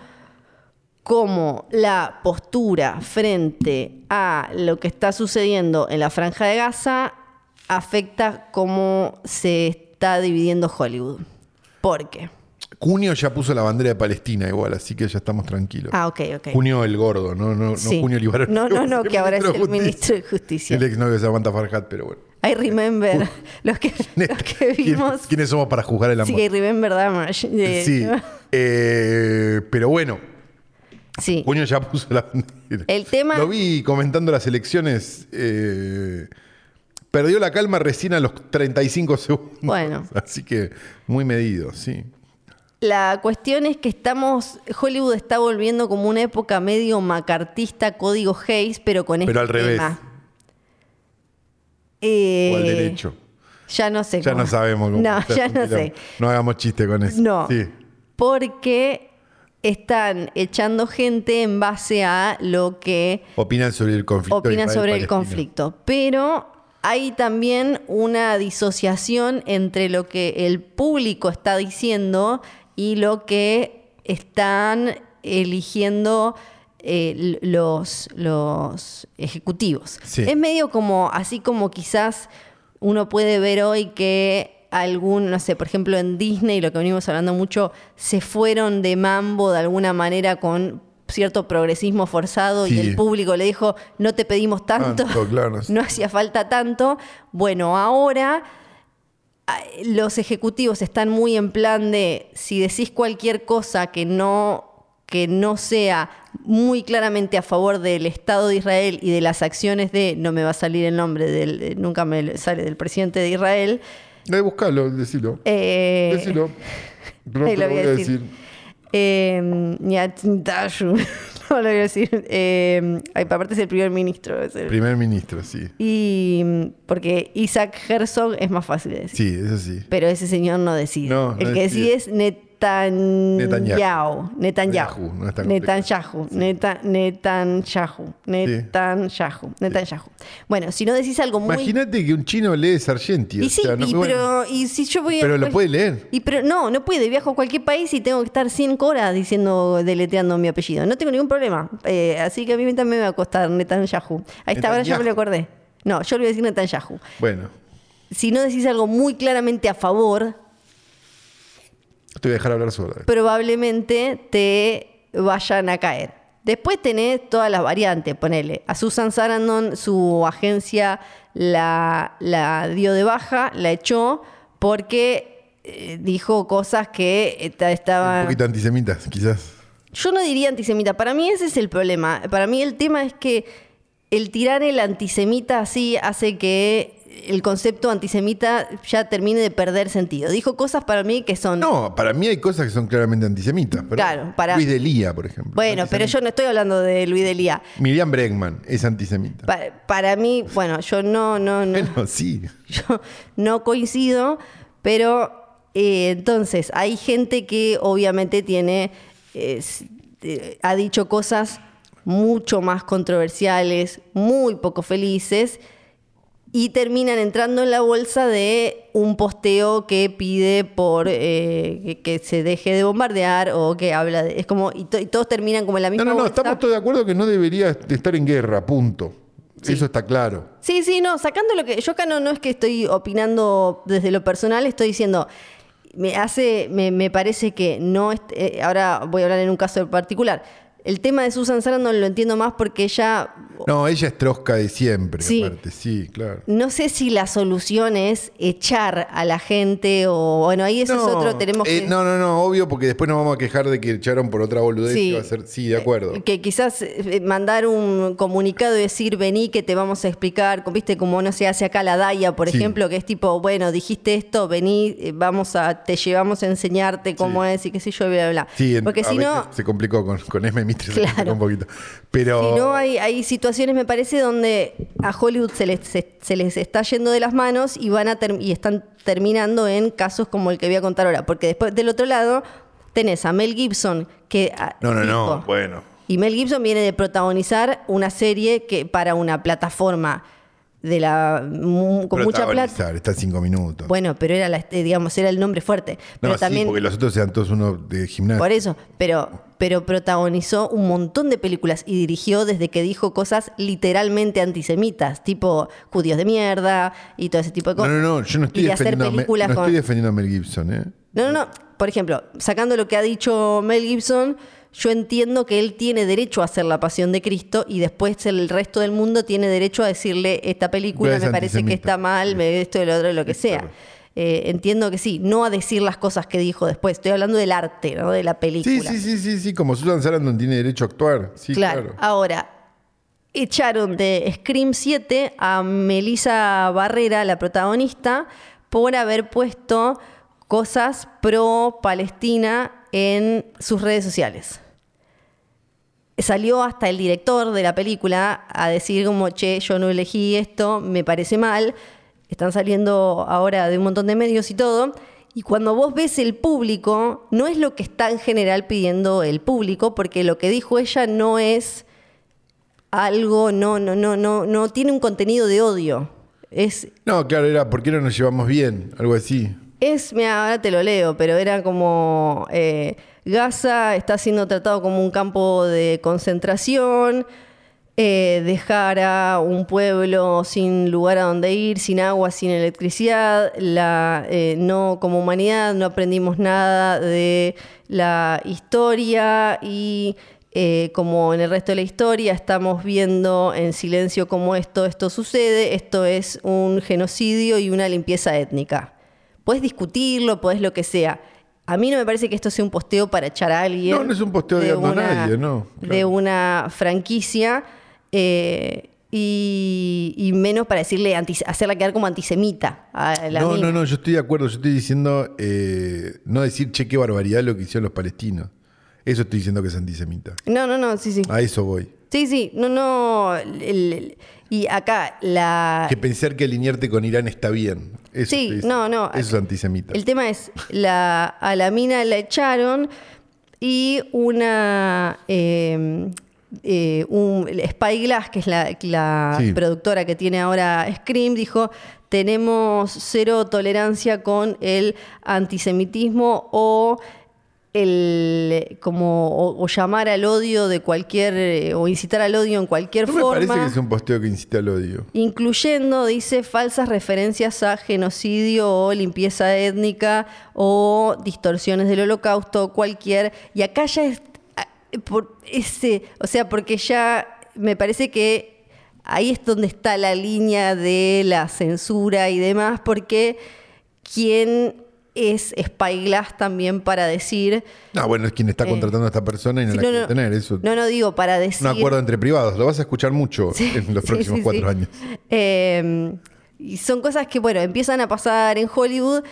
A: cómo la postura frente a lo que está sucediendo en la franja de Gaza afecta cómo se está dividiendo Hollywood. ¿Por qué?
B: Junio ya puso la bandera de Palestina igual, así que ya estamos tranquilos.
A: Ah, ok, ok.
B: Junio el gordo, no, no, no
A: Sí.
B: Junio Libarón.
A: No, no, no, que ahora es el
B: de
A: ministro de
B: Justicia.
A: Justicia.
B: El exnovio de Samantha Farhat, pero bueno.
A: I remember. Los que, los que vimos.
B: ¿Quiénes, quiénes somos para juzgar el
A: Sí,
B: amor?
A: I remember Damage. de-
B: Sí. Eh, pero bueno,
A: Sí.
B: Junio ya puso la bandera.
A: El tema-
B: Lo vi comentando las elecciones. eh, perdió la calma recién a los 35 segundos.
A: Bueno.
B: Así que muy medido, sí.
A: La cuestión es que estamos. Hollywood está volviendo como una época medio macartista, código Hayes, pero con este
B: Pero al revés.
A: tema. Eh,
B: o al derecho.
A: Ya no sé.
B: Ya
A: cómo.
B: no sabemos cómo.
A: No,
B: está
A: ya
B: el
A: no
B: quilombo.
A: sé.
B: No hagamos chiste con eso.
A: No.
B: Sí.
A: Porque están echando gente en base a lo que
B: Opinan sobre el conflicto.
A: opinan sobre el
B: Israel-Palestina.
A: conflicto. Pero hay también una disociación entre lo que el público está diciendo y lo que están eligiendo eh, l- los, los ejecutivos.
B: Sí.
A: Es medio como, así como quizás uno puede ver hoy que algún, no sé, por ejemplo en Disney, lo que venimos hablando mucho, se fueron de mambo de alguna manera con cierto progresismo forzado y
B: Sí.
A: el público público le dijo, no te pedimos tanto,
B: Tanto, claro.
A: no hacía falta tanto. Bueno, ahora ah, los ejecutivos están muy en plan de, si decís cualquier cosa que no, que no sea muy claramente a favor del Estado de Israel y de las acciones de, no me va a salir el nombre, del, eh, nunca me sale del presidente de Israel,
C: Eh, buscalo, decilo.
A: eh,
C: decilo. No
A: ahí
C: te
A: lo
C: lo
A: voy a decir. Eh, Netanyahu. no lo voy a decir. Eh, ay, aparte es el primer ministro. es el-
B: Primer ministro, sí.
A: Y mm, porque Isaac Herzog es más fácil de decir.
B: Sí, eso sí.
A: Pero ese señor no decide.
B: No, no
A: el que decide,
B: decide.
A: es Netanyahu. Netanyahu. Netanyahu.
B: Netanyahu. no es tan
A: Netanyahu. Neta- Netanyahu. Netanyahu. Netanyahu. Bueno, si no decís algo muy.
B: Imagínate que un chino lee Sargenti.
A: Y
B: o
A: sí,
B: sea, no-
A: y,
B: bueno,
A: pero, y si yo voy a-
B: pero lo puede leer.
A: y pero no, no puede. Viajo a cualquier país y tengo que estar 100 horas diciendo, deleteando mi apellido. No tengo ningún problema. Eh, así que a mí también me va a costar Netanyahu. Ahí está, ahora ya me lo
B: Netanyahu.
A: acordé. No, yo le voy a decir Netanyahu.
B: Bueno,
A: Si no decís algo muy claramente a favor,
C: Te voy a dejar hablar
B: eh.
C: sola.
A: probablemente te vayan a caer. Después tenés todas las variantes, ponele. A Susan Sarandon, su agencia la, la dio de baja, la echó, porque eh, dijo cosas que esta-
B: un
A: estaban...
B: poquito antisemitas, quizás.
A: Yo no diría antisemita, para mí ese es el problema. Para mí el tema es que el tirar el antisemita así hace que el concepto antisemita ya termine de perder sentido. Dijo cosas para mí que son...
B: No, para mí hay cosas que son claramente antisemitas. pero-
A: Claro, para-
B: Luis de Lía, por ejemplo.
A: bueno, pero yo no estoy hablando de Luis Delía.
B: Miriam Bregman es antisemita.
A: Para, para mí, bueno, yo no, no, no,
B: Bueno, sí.
A: yo no coincido, pero eh, entonces hay gente que obviamente tiene, eh, s- eh, ha dicho cosas mucho más controversiales, muy poco felices, y terminan entrando en la bolsa de un posteo que pide por eh, que, que se deje de bombardear o que habla de... Es como, y, to- y todos terminan como en la
C: No,
A: misma
C: no, no,
A: bolsa.
C: estamos todos de acuerdo que no debería estar en guerra, punto. Eso está claro.
A: Sí, sí, no, sacando lo que. Yo acá no, no es que estoy opinando desde lo personal, estoy diciendo. Me hace. Me, me parece que no. est- eh, ahora voy a hablar en un caso en particular. El tema de Susan Sarandon lo entiendo más porque ella.
B: No, ella es trosca de siempre,
A: Sí.
B: aparte. Sí, claro.
A: No sé si la solución es echar a la gente o. Bueno, ahí eso es otro. Tenemos
B: eh,
A: que.
B: No, no, no, obvio, porque después nos vamos a quejar de que echaron por otra boludez.
A: Sí.
B: que iba a ser- sí de acuerdo.
A: Que quizás eh, mandar un comunicado y decir, vení que te vamos a explicar, como- viste como no se hace acá la DAIA, por
B: Sí.
A: ejemplo, que es tipo, bueno, dijiste esto, vení, eh, vamos a, te llevamos a enseñarte cómo es y qué sé yo, bla, bla, bla.
B: Sí, en-
A: Porque
B: a
A: si
B: veces
A: no,
B: se complicó con, con M. Mitre, se
A: Claro.
B: complicó un poquito. Pero.
A: si no hay, hay situaciones, me parece, donde a Hollywood se les, se, se les está yendo de las manos y van a term- y están terminando en casos como el que voy a contar ahora. Porque después, del otro lado, tenés a Mel Gibson, que ah,
B: no, no, no,
A: dijo-
B: Bueno.
A: Y Mel Gibson viene de protagonizar una serie que para una plataforma de la mu- con mucha plata.
B: protagonizar, Está cinco minutos.
A: Bueno, pero era la, eh, digamos, era el nombre fuerte. Pero
B: no, sí,
A: también
B: porque los otros eran todos unos de gimnasio.
A: por eso, pero pero protagonizó un montón de películas y dirigió desde que dijo cosas literalmente antisemitas, tipo judíos de mierda y todo ese tipo de
B: No,
A: cosas.
B: no, no, yo no estoy,
A: y de hacer
B: defendiendo a, Mel,
A: películas
B: no
A: con
B: estoy defendiendo a Mel Gibson, ¿eh?
A: no, no, no. Por ejemplo, sacando lo que ha dicho Mel Gibson, yo entiendo que él tiene derecho a hacer la pasión de Cristo y después el resto del mundo tiene derecho a decirle esta película
B: Es
A: me parece que
B: antisemita.
A: está mal, me- esto, lo otro, lo que sea. Eh, entiendo que sí, no a decir las cosas que dijo después. Estoy hablando del arte, ¿no? De la
B: Sí,
A: película.
B: sí, sí, sí, sí, como Susan Sarandon tiene derecho a actuar. Sí,
A: claro.
B: claro.
A: Ahora, echaron de Scream 7 a Melissa Barrera, la protagonista, por haber puesto cosas pro Palestina en sus redes sociales. Salió hasta el director de la película a decir como, che, yo no elegí esto, me parece mal. Están saliendo ahora de un montón de medios y todo. Y cuando vos ves el público, no es lo que está en general pidiendo el público, porque lo que dijo ella no es algo, no, no, no, no, no tiene un contenido de odio. Es,
B: No, claro, era ¿por qué no nos llevamos bien? Algo así.
A: es, mira, ahora te lo leo, pero era como eh, Gaza está siendo tratado como un campo de concentración, eh, dejar a un pueblo sin lugar a donde ir, sin agua, sin electricidad, la, eh, no como humanidad no aprendimos nada de la historia y eh, como en el resto de la historia estamos viendo en silencio cómo esto, esto sucede, esto es un genocidio y una limpieza étnica. Puedes discutirlo, puedes lo que sea. A mí no me parece que esto sea un posteo para echar a alguien.
B: No, no es un posteo odiando a nadie, no, claro.
A: de una franquicia eh, y, y menos para decirle anti- hacerla quedar como antisemita a la
B: no,
A: mina.
B: no, no, yo estoy de acuerdo. Yo estoy diciendo, eh, no decir, che, qué barbaridad lo que hicieron los palestinos. Eso estoy diciendo que es antisemita.
A: no, no, no, sí, sí.
B: A eso voy.
A: Sí, sí, no, no. el- el- y acá la.
B: Que pensar que alinearte con Irán está bien. Eso
A: Sí,
B: estoy
A: no,
B: diciendo.
A: no. eh,
B: Eso es antisemita.
A: El tema es, la, a la mina la echaron y una eh, eh, un, el Spyglass, que es la, la
B: Sí.
A: productora que tiene ahora Scream, dijo tenemos cero tolerancia con el antisemitismo o el como o, o llamar al odio de cualquier eh, o incitar al odio en cualquier
B: no me
A: forma
B: parece que es un posteo que incita al odio.
A: incluyendo, dice, falsas referencias a genocidio o limpieza étnica o distorsiones del holocausto o cualquier. Y acá ya es, ah, por ese, o sea, porque ya me parece que ahí es donde está la línea de la censura y demás, porque quién es Spyglass también para decir...
B: No, bueno, es quien está contratando a esta persona y no
A: Sí,
B: la quiere tener. Eso
A: Eh, no, no, digo, para decir...
B: un acuerdo entre privados. Lo vas a escuchar mucho
A: Sí,
B: en los
A: sí,
B: próximos
A: sí,
B: cuatro
A: sí.
B: años.
A: Eh, Y son cosas que, bueno, empiezan a pasar en Hollywood.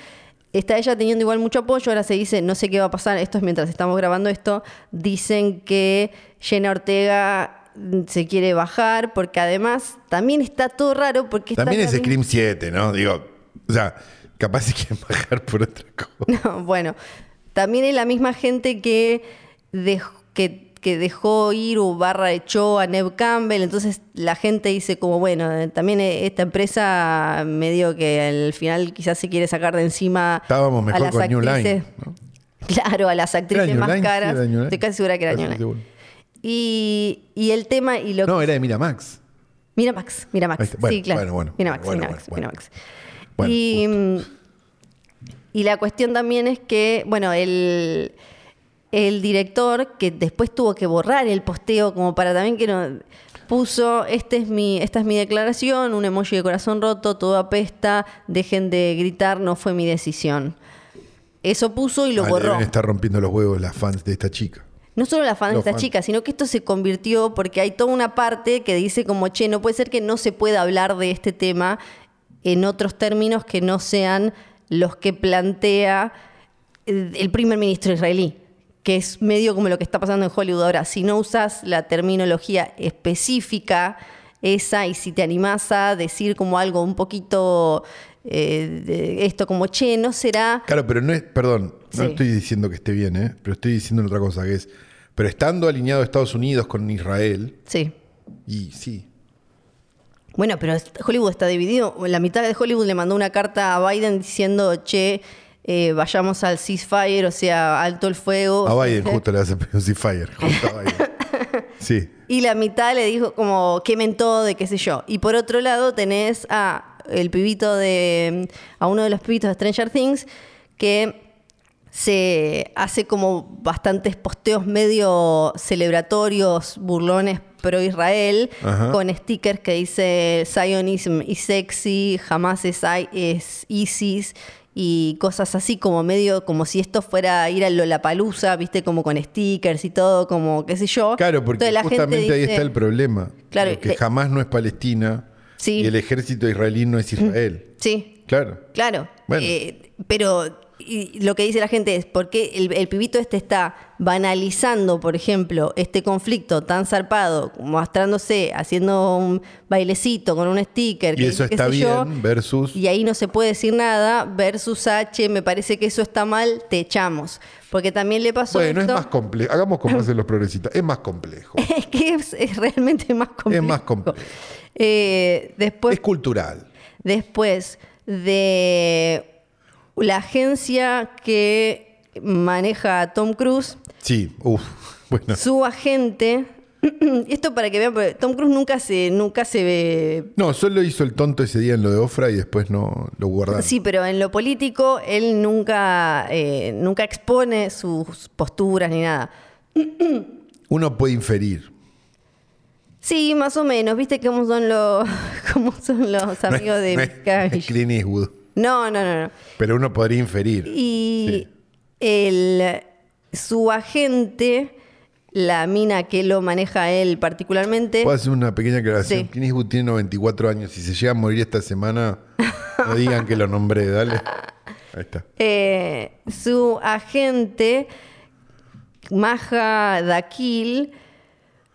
A: Está ella teniendo igual mucho apoyo. Ahora se dice, no sé qué va a pasar. Esto es mientras estamos grabando esto. Dicen que Jenna Ortega mm, se quiere bajar porque además también está todo raro porque está
B: También es
A: la misma-
B: Scream 7, ¿no? Digo, o sea, capaz se quieren bajar por otra cosa.
A: No, bueno, también es la misma gente que, dej- que, que dejó ir o barra echó a Neb Campbell. Entonces la gente dice como, bueno, eh, también eh, esta empresa medio que al final quizás se quiere sacar de encima
B: Estábamos
A: a
B: mejor
A: las
B: con New
A: actrices.
B: Line. ¿no?
A: Claro, a las
B: ¿Era
A: actrices
B: New
A: más
B: Line? Sí, era
A: caras.
B: New Line.
A: Estoy casi segura que era
B: Casi
A: New Line.
B: seguro.
A: Y, y el tema y lo
B: No, era de Miramax.
A: Mira Max, mira Max.
B: Ahí está. Bueno,
A: sí, claro.
B: bueno, bueno.
A: mira Max,
B: Bueno,
A: mira
B: bueno,
A: Max,
B: bueno.
A: mira Max.
B: Bueno,
A: y, y la cuestión también es que, bueno, el, el director, que después tuvo que borrar el posteo como para también que no puso, este es mi, esta es mi declaración, un emoji de corazón roto, todo apesta, dejen de gritar, no fue mi decisión. Eso puso y lo
B: Ah, le
A: borró.
B: deben estar rompiendo los huevos las fans de esta chica.
A: No solo la fan de
B: Los
A: esta
B: fans.
A: chica, sino que esto se convirtió porque hay toda una parte que dice como, che, no puede ser que no se pueda hablar de este tema en otros términos que no sean los que plantea eh, el primer ministro israelí, que es medio como lo que está pasando en Hollywood ahora. Si no usas la terminología específica esa y si te animás a decir como algo un poquito eh, de esto como, che, no será...
B: Claro, pero no es, perdón, no
A: Sí.
B: estoy diciendo que esté bien, ¿eh? pero estoy diciendo otra cosa, que es, pero estando alineado Estados Unidos con Israel,
A: Sí.
B: y sí,
A: Bueno, pero es- Hollywood está dividido. La mitad de Hollywood le mandó una carta a Biden diciendo, che, eh, vayamos al ceasefire, o sea, alto el fuego.
B: a Biden justo le hace pedir un ceasefire, justo a Biden. Sí,
A: Y la mitad le dijo como, quemen todo de qué sé yo. Y por otro lado tenés a el pibito de, a uno de los pibitos de Stranger Things que se hace como bastantes posteos medio celebratorios, burlones pro Israel,
B: Ajá.
A: con stickers que dice Zionism is sexy, jamás es, I- es ISIS y cosas así como medio como si esto fuera ir a Lollapalooza, viste como con stickers y todo, como qué sé yo.
B: claro, porque
A: Entonces la gente
B: justamente ahí
A: dice,
B: está el problema,
A: Claro,
B: porque
A: le-
B: jamás no es Palestina
A: Sí. Mm.
B: y el ejército israelí no es Israel,
A: Sí,
B: claro.
A: Claro.
B: Bueno.
A: Eh, pero y lo que dice la gente es, ¿por qué el, el pibito este está banalizando, por ejemplo, este conflicto tan zarpado, mostrándose, haciendo un bailecito con un sticker?
B: Y
A: que
B: eso
A: dice qué
B: está
A: sé yo,
B: bien versus...
A: Y ahí no se puede decir nada versus H, me parece que eso está mal, te echamos. Porque también le pasó
C: Bueno, es
A: esto-
C: más complejo. Hagamos como hacen los progresistas. Es más complejo.
A: Es que es, es realmente más complejo.
B: Es más complejo.
A: Eh, después
B: Es cultural.
A: después de la agencia que maneja a Tom Cruise,
B: Sí, uff, bueno.
A: su agente. Esto para que vean, porque Tom Cruise nunca se, nunca se ve.
B: No, solo hizo el tonto ese día en lo de Ofra y después no lo guardaron.
A: Sí, pero en lo político él nunca, eh, nunca expone sus posturas ni nada.
B: Uno puede inferir.
A: Sí, más o menos. ¿Viste cómo son los, cómo son los
B: No es-
A: amigos de
B: no
A: Nick Cage?
B: es, no es Clint Eastwood,
A: No, no, no, no.
B: pero uno podría inferir.
A: Y el, su agente, la mina que lo maneja él particularmente,
B: Puedo hacer una pequeña aclaración.
A: Sí.
B: Clint Eastwood tiene 94 años. y Si se llega a morir esta semana, no digan que lo nombré, dale. Ahí está.
A: eh, su agente, Maja Daquil,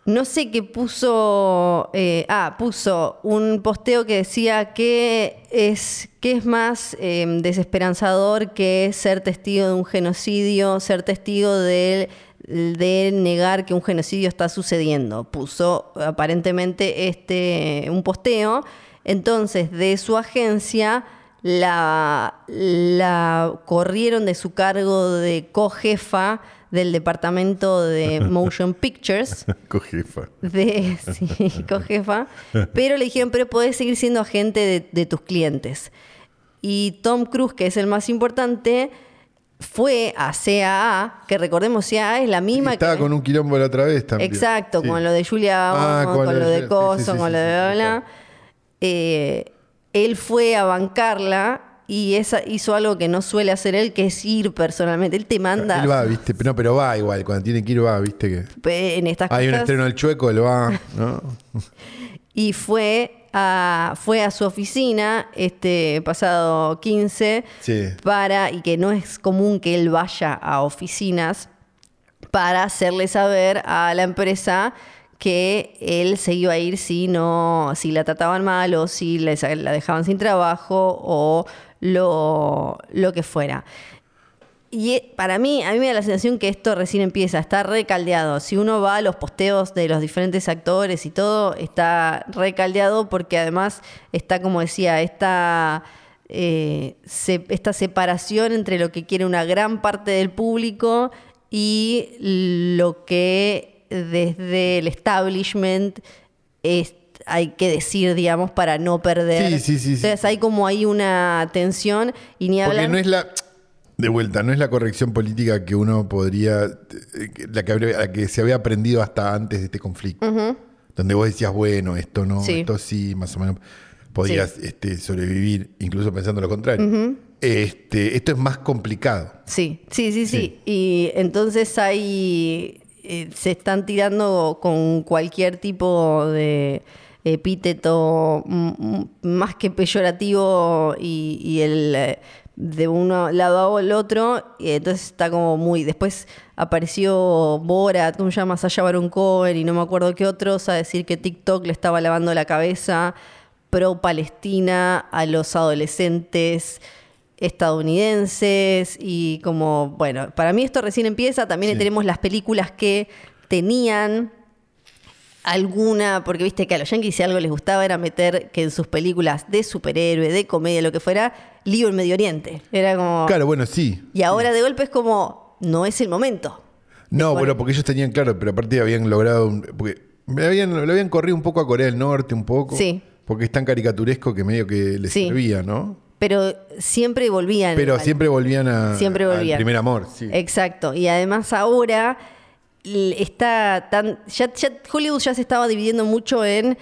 A: no sé qué puso, eh, ah, puso un posteo que decía que es, que es más eh, desesperanzador que ser testigo de un genocidio, ser testigo de, de negar que un genocidio está sucediendo. Puso aparentemente este, un posteo. Entonces, de su agencia la, la corrieron de su cargo de cojefa del departamento de Motion Pictures
B: Cojefa.
A: de sí, cojefa, pero le dijeron, pero podés seguir siendo agente de, de tus clientes. Y Tom Cruise, que es el más importante, fue a CAA, que recordemos CAA es la misma
B: Estaba
A: que...
B: con un quilombo la otra vez también.
A: Exacto,
B: Sí.
A: con lo de Julia
B: Ah,
A: Ormond, con, lo de
B: sí, sí,
A: Coso,
B: sí,
A: con
B: sí,
A: lo de bla,
B: sí, sí,
A: bla. Eh, él fue a bancarla y esa hizo algo que no suele hacer él, que es ir personalmente. Él te manda
B: Él va, viste. pero- No, pero va igual. Cuando tiene que ir, va, viste que.
A: en estas
B: Hay un
A: cosas.
B: estreno del chueco, él va. ¿no?
A: y fue a, fue a su oficina este pasado 15
B: Sí.
A: para, y que no es común que él vaya a oficinas, para hacerle saber a la empresa que él se iba a ir si no, si la trataban mal o si le sa- la dejaban sin trabajo o lo, lo que fuera. Y eh, para mí, a mí me da la sensación que esto recién empieza, está recaldeado. Si uno va a los posteos de los diferentes actores y todo, está recaldeado porque además está, como decía, esta, eh, se- esta separación entre lo que quiere una gran parte del público y lo que desde el establishment es- hay que decir, digamos, para no perder.
C: Sí, sí, sí, sí.
A: Entonces hay como ahí una tensión y ni
B: Porque
A: hablar.
B: no es la. De vuelta, no es la corrección política que uno podría. eh, que- La que, habría- la que se había aprendido hasta antes de este conflicto. Donde vos decías, bueno, esto no,
A: Sí.
B: esto sí, más o menos. Podías este, sobrevivir, incluso pensando lo contrario. este, esto es más complicado.
A: Sí, sí, sí, sí. Y entonces hay. eh, se están tirando con cualquier tipo de epíteto mm, mm, más que peyorativo y, y el eh, de uno lado al otro y entonces está como muy después apareció Borat ¿cómo se llama? Sasha Baron Cohen y no me acuerdo qué otros a decir que TikTok le estaba lavando la cabeza pro Palestina a los adolescentes estadounidenses y como, bueno, para mí esto recién empieza, también tenemos las películas que tenían alguna, porque viste que a los yankees si algo les gustaba era meter que en sus películas de superhéroe, de comedia, lo que fuera, lío en Medio Oriente. Era como...
B: Claro, bueno, sí.
A: Y ahora de golpe es como, no es el momento.
B: No, bueno, porque ellos tenían claro, pero aparte habían logrado. un- porque le habían, le habían corrido un poco a Corea del Norte, un poco.
A: Sí.
B: Porque es tan caricaturesco que medio que les
A: Sí.
B: servía, ¿no?
A: Pero siempre volvían.
B: Pero
A: igual.
B: siempre volvían a.
A: Siempre
B: al
A: volvían.
B: primer amor, sí.
A: Exacto. Y además ahora l- está tan. Ya, ya- Hollywood ya se estaba dividiendo mucho en.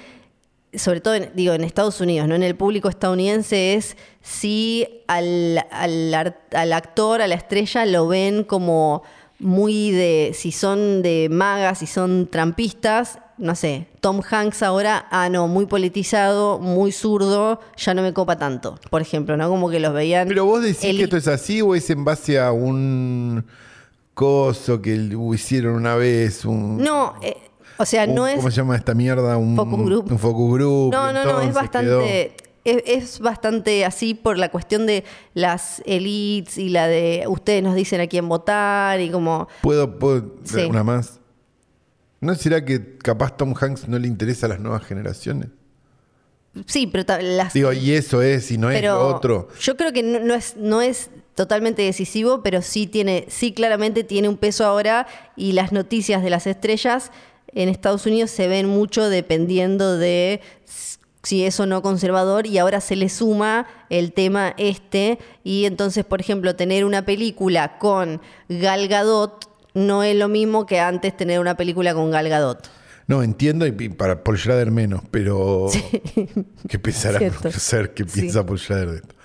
A: Sobre todo, en, digo, en Estados Unidos, ¿no? En el público estadounidense es si al, al ar- al actor, a la estrella, lo ven como muy de. Si son de magas, si son trampistas, no sé. Tom Hanks ahora, ah, no, muy politizado, muy zurdo, ya no me copa tanto, por ejemplo, ¿no? Como que los veían.
B: Pero vos decís
A: Eli-
B: que esto es así o es en base a un coso que hicieron una vez, un.
A: No, eh, o sea,
B: un-
A: no es.
B: ¿Cómo se llama esta mierda? Un
A: Focus group.
B: Un focus group.
A: No, no, no, es
B: entonces
A: bastante. Es, es bastante así por la cuestión de las elites y la de ustedes nos dicen a quién votar y como.
B: quedó- ¿Puedo, puedo
A: Sí.
B: una más? ¿No será que capaz Tom Hanks no le interesa a las nuevas generaciones?
A: Ah, Sí, pero ta- las.
B: Digo, y eso es, y no es
A: pero
B: lo otro.
A: Yo creo que no, no es, no es totalmente decisivo, pero sí tiene, sí claramente tiene un peso ahora y las noticias de las estrellas en Estados Unidos se ven mucho dependiendo de s- si es o no conservador y ahora se le suma el tema este y entonces, por ejemplo, tener una película con Gal Gadot no es lo mismo que antes tener una película con Gal Gadot.
B: No, entiendo, y, y para Paul Schrader menos, pero. ¿Qué pensará
A: Cierto.
B: no ser qué
A: Sí.
B: piensa Paul Schrader de esto?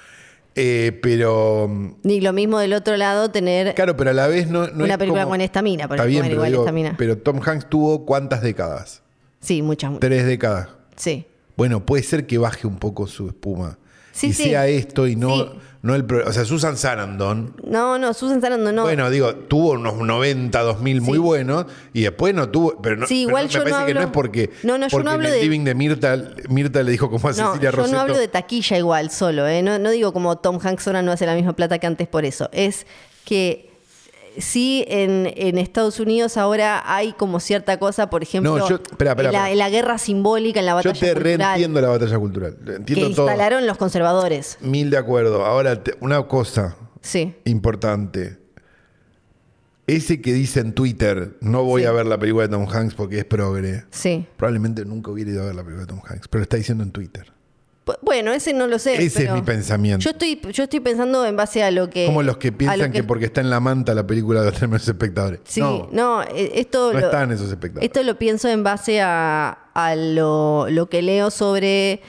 B: Eh, pero. mm,
A: Ni lo mismo del otro lado tener
B: Claro, pero a la vez no. no
A: Una
B: es
A: película
B: como-
A: con esta mina, por
B: Está bien,
A: ejemplo, igual
B: pero, digo,
A: esta mina.
B: pero Tom Hanks tuvo cuántas décadas?
A: sí, muchas muchas.
B: Tres décadas.
A: Sí.
B: Bueno, puede ser que baje un poco su espuma.
A: Sí,
B: y
A: sí.
B: sea esto y no,
A: Sí.
B: no el. pro- O sea, Susan Sarandon.
A: No, no, Susan Sarandon no.
B: Bueno, digo, tuvo unos 90, 2000 muy
A: Sí.
B: buenos y después no tuvo. Pero no,
A: Sí,
B: pero
A: igual
B: me
A: yo no
B: parece que no
A: hablo-
B: es porque.
A: No, no, yo
B: porque
A: no hablo
B: en el
A: de-
B: living de Mirta, Mirta le dijo como a
A: no,
B: Cecilia
A: yo
B: Rosetto.
A: no hablo de taquilla igual solo, ¿eh? No, no digo como Tom Hanks ahora no hace la misma plata que antes por eso. Es que eh, sí, en, en Estados Unidos ahora hay como cierta cosa, por ejemplo,
B: No, yo- espera, espera,
A: en, la,
B: espera.
A: en la guerra simbólica, en la
B: Yo
A: batalla
B: te
A: cultural
B: reentiendo la batalla cultural.
A: que
B: Entiendo todo.
A: instalaron los conservadores.
B: Mil de acuerdo. Ahora, te- una cosa
A: Sí.
B: importante. Ese que dice en Twitter, no voy
A: Sí.
B: a ver la película de Tom Hanks porque es progre.
A: Sí.
B: Probablemente nunca hubiera ido a ver la película de Tom Hanks, pero lo está diciendo en Twitter.
A: Bu- Bueno, ese no lo sé.
B: Ese es
A: pero
B: mi pensamiento.
A: Yo estoy, yo estoy pensando en base a lo que.
B: Como los que
A: Eh, a
B: piensan
A: lo
B: que... porque está en la manta la película va a tener menos espectadores.
A: Sí, no,
B: no, no,
A: eh, esto. lo-
B: están esos espectadores.
A: Esto lo pienso en base a, a lo, lo que leo sobre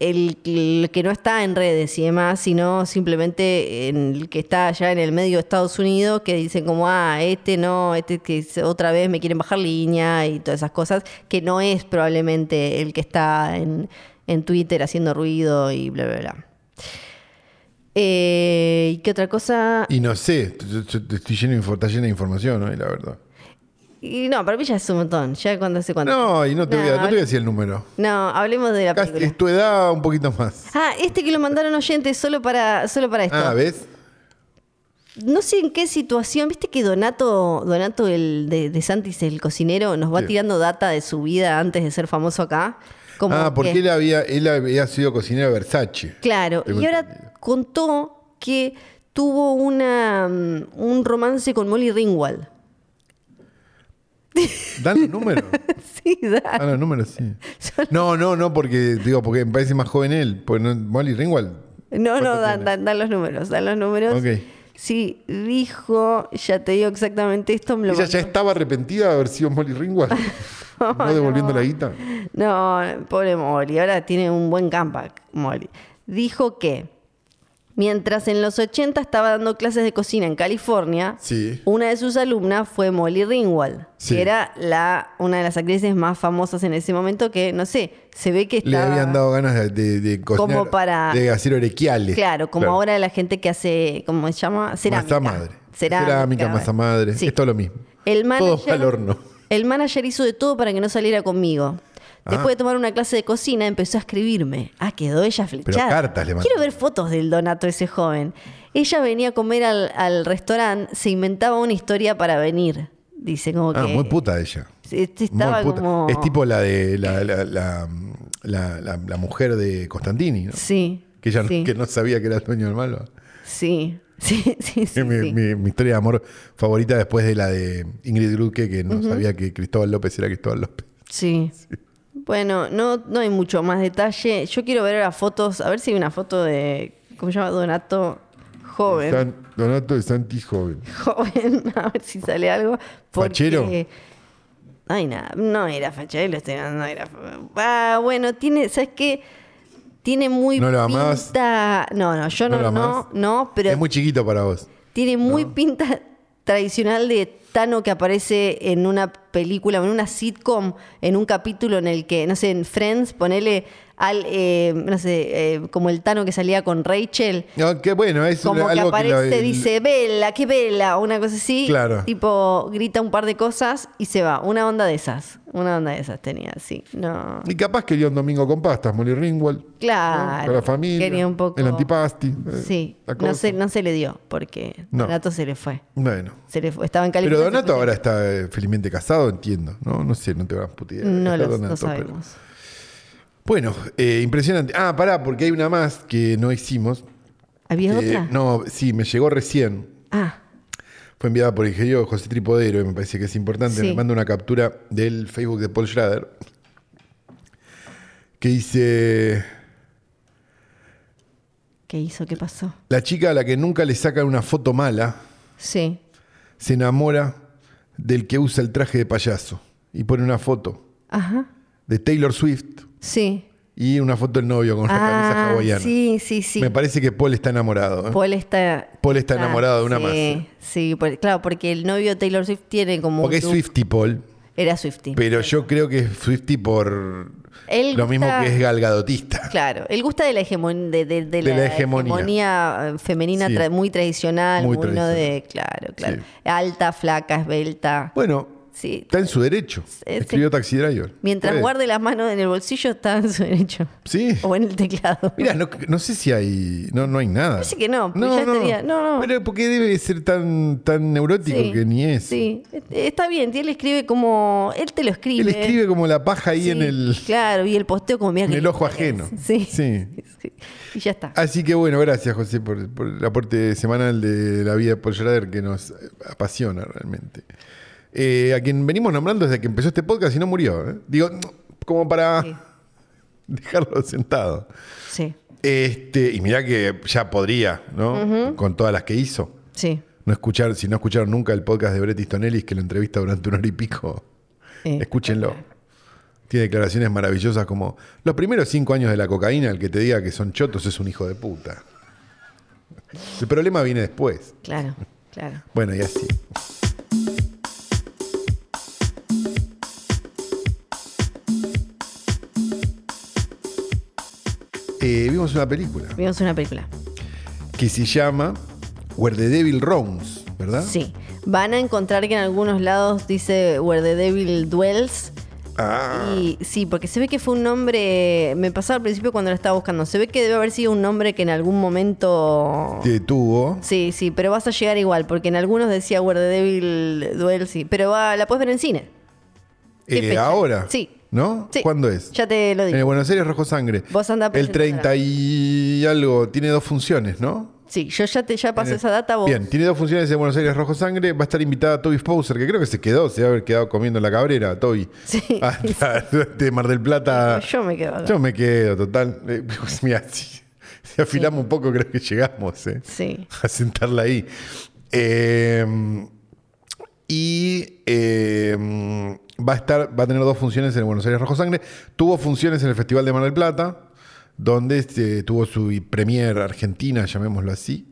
A: el, el que no está en redes y demás, sino simplemente en el que está allá en el medio de Estados Unidos, que dicen como, ah, este no, este que es- otra vez me quieren bajar línea y todas esas cosas, que no es probablemente el que está en, en en Twitter haciendo ruido y bla, bla, bla. Eh, ¿Y qué otra cosa?
B: Y no sé, t- t- t- estoy lleno de, infor- está lleno de información, ¿no? Y la verdad.
A: Y no, para mí ya es un montón. Ya cuando hace cuánto.
B: No, y no te, voy, a, no te voy a decir el número.
A: No, hablemos de la
B: Casi-
A: película.
B: Es tu edad un poquito más.
A: Ah, este que lo mandaron oyentes solo para, solo para esto.
B: Ah, ¿ves?
A: No sé en qué situación, viste que Donato, Donato el de, de Santis, el cocinero, nos va
B: Sí.
A: tirando data de su vida antes de ser famoso acá. Como
B: ah, porque
A: que-
B: él había, él había sido cocinero de Versace.
A: Claro,
B: Tengo
A: y ahora
B: entendido.
A: contó que tuvo una mm, un romance con Molly Ringwald.
B: Dan los números.
A: Sí, da.
B: Dan los números, sí. No, no, no, porque digo, porque me parece más joven él. Porque no- Molly Ringwald.
A: No, no,
B: ¿Cuánto
A: dan,
B: tiene?
A: dan- dan los números, dan los números.
B: Ok.
A: Sí, dijo, ya te digo exactamente esto, me lo
C: Ella
A: mandó.
C: ya estaba arrepentida de haber sido Molly Ringwald. no, devolviendo la guita.
A: No, pobre Molly, ahora tiene un buen comeback, Molly. Dijo que mientras en los 80 estaba dando clases de cocina en California,
B: Sí.
A: una de sus alumnas fue Molly Ringwald,
B: Sí.
A: que era la, una de las actrices más famosas en ese momento que, no sé, se ve que
B: Le
A: estaba...
B: habían dado ganas de, de- de cocinar.
A: Como para-
B: De hacer orequiales.
A: Claro, como ahora la gente que hace, ¿cómo se llama? Cerámica.
B: Masa madre.
A: Cerámica,
B: masa madre.
A: Sí.
B: Es todo lo mismo.
A: El manager,
B: Todo va al horno.
A: El manager hizo de todo para que no saliera conmigo. Después
B: Ah.
A: de tomar una clase de cocina, empezó a escribirme. Ah, quedó ella flechada.
B: cartas le mandó.
A: Quiero ver fotos del Donato, ese joven. Ella venía a comer al, al restaurante, se inventaba una historia para venir. Dice como
B: Ah,
A: que.
B: muy puta ella.
A: Este
B: Muy
A: estaba
B: puta.
A: como.
B: Es tipo la de la, la, la, la- la- la mujer de Constantini, ¿no?
A: Sí.
B: Que ella no-
A: sí,
B: que no sabía que era el dueño del malo.
A: Sí. Sí, sí, sí,
B: Es mi,
A: sí.
B: mi- mi historia de amor favorita después de la de Ingrid Grutke, que no sabía que Cristóbal López era Cristóbal López.
A: Sí. Bueno, no, no hay mucho más detalle. Yo quiero ver las fotos, a ver si hay una foto de, ¿cómo se llama? Donato joven.
C: San- Donato de Santi Joven.
A: Joven, a ver si sale algo. porque-
B: ¿Fachero?
A: Ay, nada, no era fachero, este no, no era. Ah, bueno, tiene, ¿sabes qué? Tiene muy
B: ¿No lo amás?
A: pinta. No, no, yo
B: ¿No
A: no,
B: lo
A: no, no,
B: amás?
A: pero
B: Es muy chiquito para vos.
A: tiene muy pinta tradicional de Tano que aparece en una película, en una sitcom, en un capítulo en el que, no sé, en Friends, ponele al, eh, no sé, eh, como el Tano que salía con Rachel,
B: No, que bueno, es
A: como
B: una-
A: que
B: algo
A: aparece,
B: que lo- el-
A: dice, vela, qué vela, una cosa así.
B: Claro.
A: Tipo, grita un par de cosas y se va. Una onda de esas. Una onda de esas tenía, sí. No.
C: Y capaz quería un domingo con pastas, Molly Ringwald.
A: Claro.
C: Para la familia.
A: Quería un poco.
C: El antipasti. eh,
A: Sí.
C: la cosa.
A: No se, no se le dio porque
B: No.
A: Donato se le fue.
B: Bueno.
A: Se le fue. Estaba en California.
B: Pero Donato
A: se fue.
B: ahora está eh, felizmente casado, entiendo. No, no sé, no te vas a putear.
A: No
B: Está
A: lo
B: Donato,
A: no
B: pero-
A: sabemos.
B: Bueno, eh, impresionante. Ah, pará, porque hay una más que no hicimos.
A: ¿Había
B: que-
A: otra?
B: Eh, No, sí, me llegó recién.
A: Ah,
B: Fue enviada por el ingeniero José Tripodero y me parece que es importante.
A: Sí.
B: Me manda una captura del Facebook de Paul Schrader que dice:
A: ¿qué hizo? ¿Qué pasó?
B: La chica a la que nunca le sacan una foto mala
A: Sí.
B: se enamora del que usa el traje de payaso y pone una foto
A: Ajá.
B: de Taylor Swift
A: Sí.
B: y una foto del novio con una camisa
A: ah,
B: hawaiana.
A: sí, sí, sí.
B: Me parece que Paul está enamorado. ¿eh?
A: Paul está. Ah,
B: Paul está enamorado de una
A: sí,
B: masa.
A: Sí, por- claro, porque el novio de Taylor Swift tiene como.
B: Porque
A: un
B: es
A: look-
B: Swifty Paul,
A: Era Swifty.
B: pero yo creo que es Swifty por
A: Él
B: lo mismo
A: gusta-
B: que es galgadotista.
A: Claro, él gusta de la, hegemon- de, de- de
B: De
A: la
B: la hegemonía.
A: hegemonía, eh, femenina
B: Sí.
A: tra- muy tradicional, muy,
B: Muy
A: no de. Claro, claro. Alta, flaca, esbelta.
B: Bueno,
A: Sí.
B: Está en su derecho.
A: Eh,
B: Escribió Taxi Driver.
A: Mientras
B: Puede.
A: guarde las manos en el bolsillo, está en su derecho.
B: Sí.
A: O en el teclado.
B: Mira, no, no sé si hay. No, no hay nada.
A: Parece que no, porque ya estaría- no, no.
B: Pero porque debe ser tan, tan neurótico
A: Sí,
B: que ni es.
A: Sí, Eh, está bien, él escribe como. Él te lo escribe.
B: Él escribe como la paja ahí
A: eh. Sí,
B: en el,
A: Claro, y el posteo como mira
B: en
A: qué
B: el ojo
A: linda que
B: ajeno.
A: es. Sí.
B: sí. Ah.
A: Sí. Y ya está.
B: Así que bueno, gracias José por, por el aporte semanal de la vida de Paul Schrader que nos apasiona realmente. Eh, a quien venimos nombrando desde que empezó este podcast y no murió. ¿eh? Digo, como para
A: Sí.
B: dejarlo sentado.
A: Sí,
B: Este, y mirá que ya podría, ¿no? Con todas las que hizo.
A: sí.
B: No escuchar, si no escucharon nunca el podcast de Bret Easton Ellis, que lo entrevista durante una hora y pico,
A: Eh,
B: escúchenlo. Tiene declaraciones maravillosas como los primeros cinco años de la cocaína, el que te diga que son chotos es un hijo de puta. El problema viene después.
A: Claro, claro.
B: Bueno, y así. Eh, vimos una película
A: Vimos una película.
B: que se llama Where the Devil Roams, ¿verdad?
A: Sí. Van a encontrar que en algunos lados dice Where the Devil Dwells.
B: Ah,
A: Y sí, porque se ve que fue un nombre. Me pasaba al principio cuando lo estaba buscando. Se ve que debe haber sido un nombre que en algún momento.
B: te tuvo.
A: Sí, sí, pero vas a llegar igual, porque en algunos decía Where the Devil Dwells. sí. Pero va, la puedes ver en cine. ¿Qué
B: Eh,
A: fecha?
B: ahora.
A: Sí.
B: ¿No?
A: Sí.
B: ¿Cuándo es? Eh,
A: Ya te lo
B: En el
A: digo.
B: Buenos Aires Rojo Sangre.
A: Vos andá
B: El
A: presentando.
B: 30 y algo. Tiene dos funciones, ¿no?
A: Sí, yo ya te ya pasé
B: Tiene-
A: esa data vos.
B: Eh, Bien, tiene dos funciones en Buenos Aires Rojo Sangre. Va a estar invitada Toby Spouser, que creo que se quedó, se debe haber quedado comiendo en la cabrera, Toby.
A: Sí.
B: Hasta de Mar del Plata.
A: Yo me quedo acá.
B: Ah, Yo me quedo, total. Eh, Mira, si, si afilamos un poco, creo que llegamos eh,
A: Sí.
B: a sentarla ahí. Eh, y eh, va, a estar, va a tener dos funciones en el Buenos Aires Rojo Sangre. Tuvo funciones en el Festival de Mar del Plata, donde este, tuvo su premier argentina, llamémoslo así.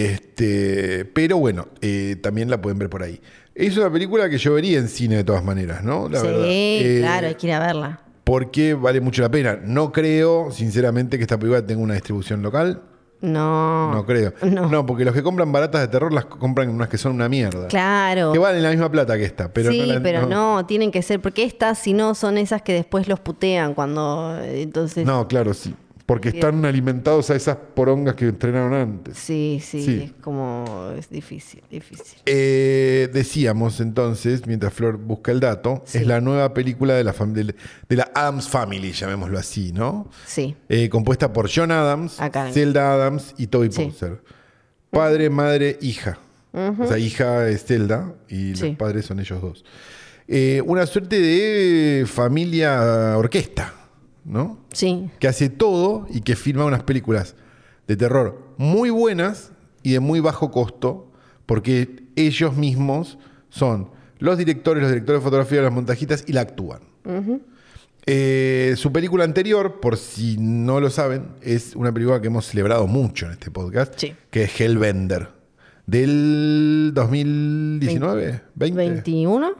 B: Este, pero bueno, eh, también la pueden ver por ahí. Es una película que yo vería en cine de todas maneras, ¿no? La
A: sí,
B: verdad. Eh,
A: claro, hay que ir a verla.
B: porque vale mucho la pena. No creo, sinceramente, que esta película tenga una distribución local.
A: No.
B: No creo.
A: No.
B: porque los que compran baratas de terror las compran unas que son una mierda.
A: Claro.
B: Que valen la misma plata que esta, pero
A: sí,
B: no la-
A: pero no. tienen que ser, porque estas, si no, son esas que después los putean cuando. Entonces.
C: No, claro, sí. Porque están alimentados a esas porongas que entrenaron antes.
A: Sí, sí,
C: Sí.
A: es como. Es difícil, difícil.
B: Eh, decíamos entonces, mientras Flor busca el dato,
A: Sí.
B: es la nueva película de la, fam- del- de la Adams Family, llamémoslo así, ¿no?
A: Sí.
B: Eh, compuesta por John Adams,
A: Acá.
B: Zelda Adams y Toby
A: Sí.
B: Poser. Padre, madre, hija. O sea, hija es Zelda y
A: Sí.
B: los padres son ellos dos. Eh, una suerte de familia orquesta, ¿no?
A: Sí.
B: Que hace todo y que filma unas películas de terror muy buenas y de muy bajo costo, porque ellos mismos son los directores, los directores de fotografía, las montajistas y la actúan. Eh, su película anterior, por si no lo saben, es una película que hemos celebrado mucho en este podcast,
A: Sí.
B: que es Hellbender, del 2019, 20,
A: 21.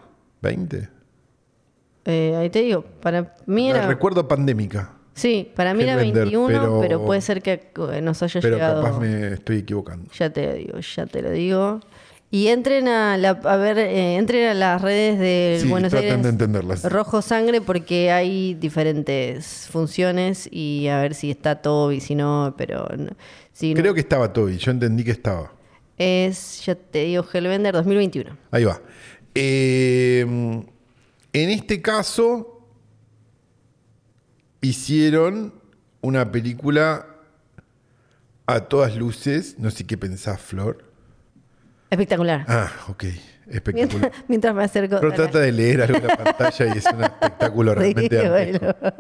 B: 20.
A: eh, ahí te digo, para mí
B: La
A: era.
B: recuerdo pandémica,
A: Sí, para mí era
B: Hellbender,
A: 21, pero...
B: pero-
A: puede ser que eh, nos haya
B: pero
A: llegado.
B: capaz me estoy equivocando.
A: Ya te lo digo, ya te lo digo. Y entren a, la, a ver, eh, entren a las redes del
C: Sí,
A: Eh, Buenos
C: traten
A: Aires
C: de entenderlas.
A: Rojo Sangre porque hay diferentes funciones y a ver si está todo y si no, pero no- si no-
B: Creo que estaba Toby, yo entendí que estaba.
A: es, ya te digo, Hellbender 2021.
B: Ahí va. Eh, en este caso, hicieron una película a todas luces. No sé qué pensás, Flor.
A: Espectacular.
B: Ah, ok. Espectacular.
A: mientras, mientras me acerco.
B: Pero trata de leer algo en la pantalla y es un espectáculo realmente.
A: Sí,
B: dantesco.
A: bueno.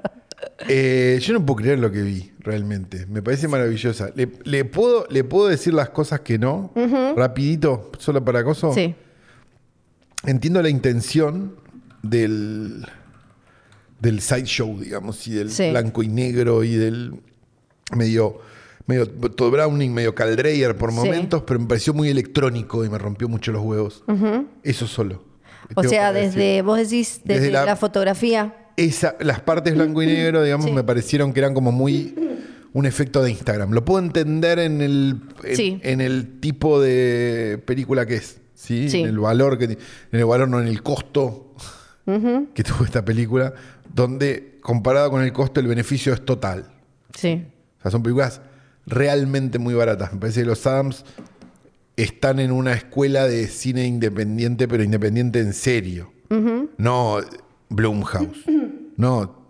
B: Eh, yo no puedo creer lo que vi, realmente. Me parece maravillosa. ¿Le, le puedo, le puedo decir las cosas que no? Rapidito, solo para acoso.
A: Sí,
B: entiendo la intención del del sideshow, digamos, y del
A: Sí.
B: blanco y negro y del medio medio Todd Browning, medio Caldreyer por
A: Sí.
B: momentos, pero me pareció muy electrónico y me rompió mucho los huevos. Eso solo.
A: o
B: Tengo
A: sea,
B: que decir.
A: desde, vos decís, desde,
B: Desde
A: la...
B: la-
A: fotografía.
B: Esa- las partes blanco y negro, digamos,
A: Sí.
B: me parecieron que eran como muy un efecto de Instagram. Lo puedo entender en el, en,
A: Sí.
B: en el tipo de película que es, ¿sí?
A: Sí.
B: En el valor que ti- en el valor no en el costo que tuvo esta película, donde comparado con el costo el beneficio es total.
A: Sí,
B: O sea, son películas realmente muy baratas. Me parece que los Adams están en una escuela de cine independiente, pero independiente en serio. No Blumhouse. no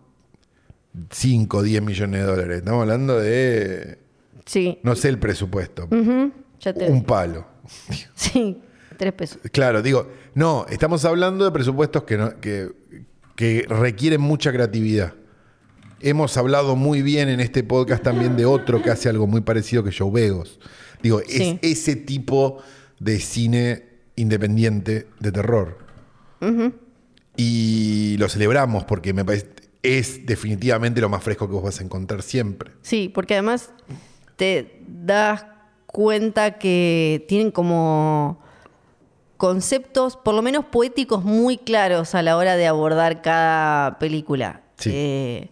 B: 5 o 10 millones de dólares. Estamos hablando de.
A: sí,
B: No sé el presupuesto.
A: ya te
B: Un palo.
A: Sí, tres pesos.
B: Claro, digo, no, estamos hablando de presupuestos que, no- que, que requieren mucha creatividad. Hemos hablado muy bien en este podcast también de otro que hace algo muy parecido que Joe Begos. Digo, es
A: Sí.
B: ese tipo de cine independiente de terror. Y lo celebramos porque me parece es definitivamente lo más fresco que vos vas a encontrar siempre.
A: Sí, porque además te das cuenta que tienen como conceptos, por lo menos poéticos, muy claros a la hora de abordar cada película.
B: Sí.
A: Eh,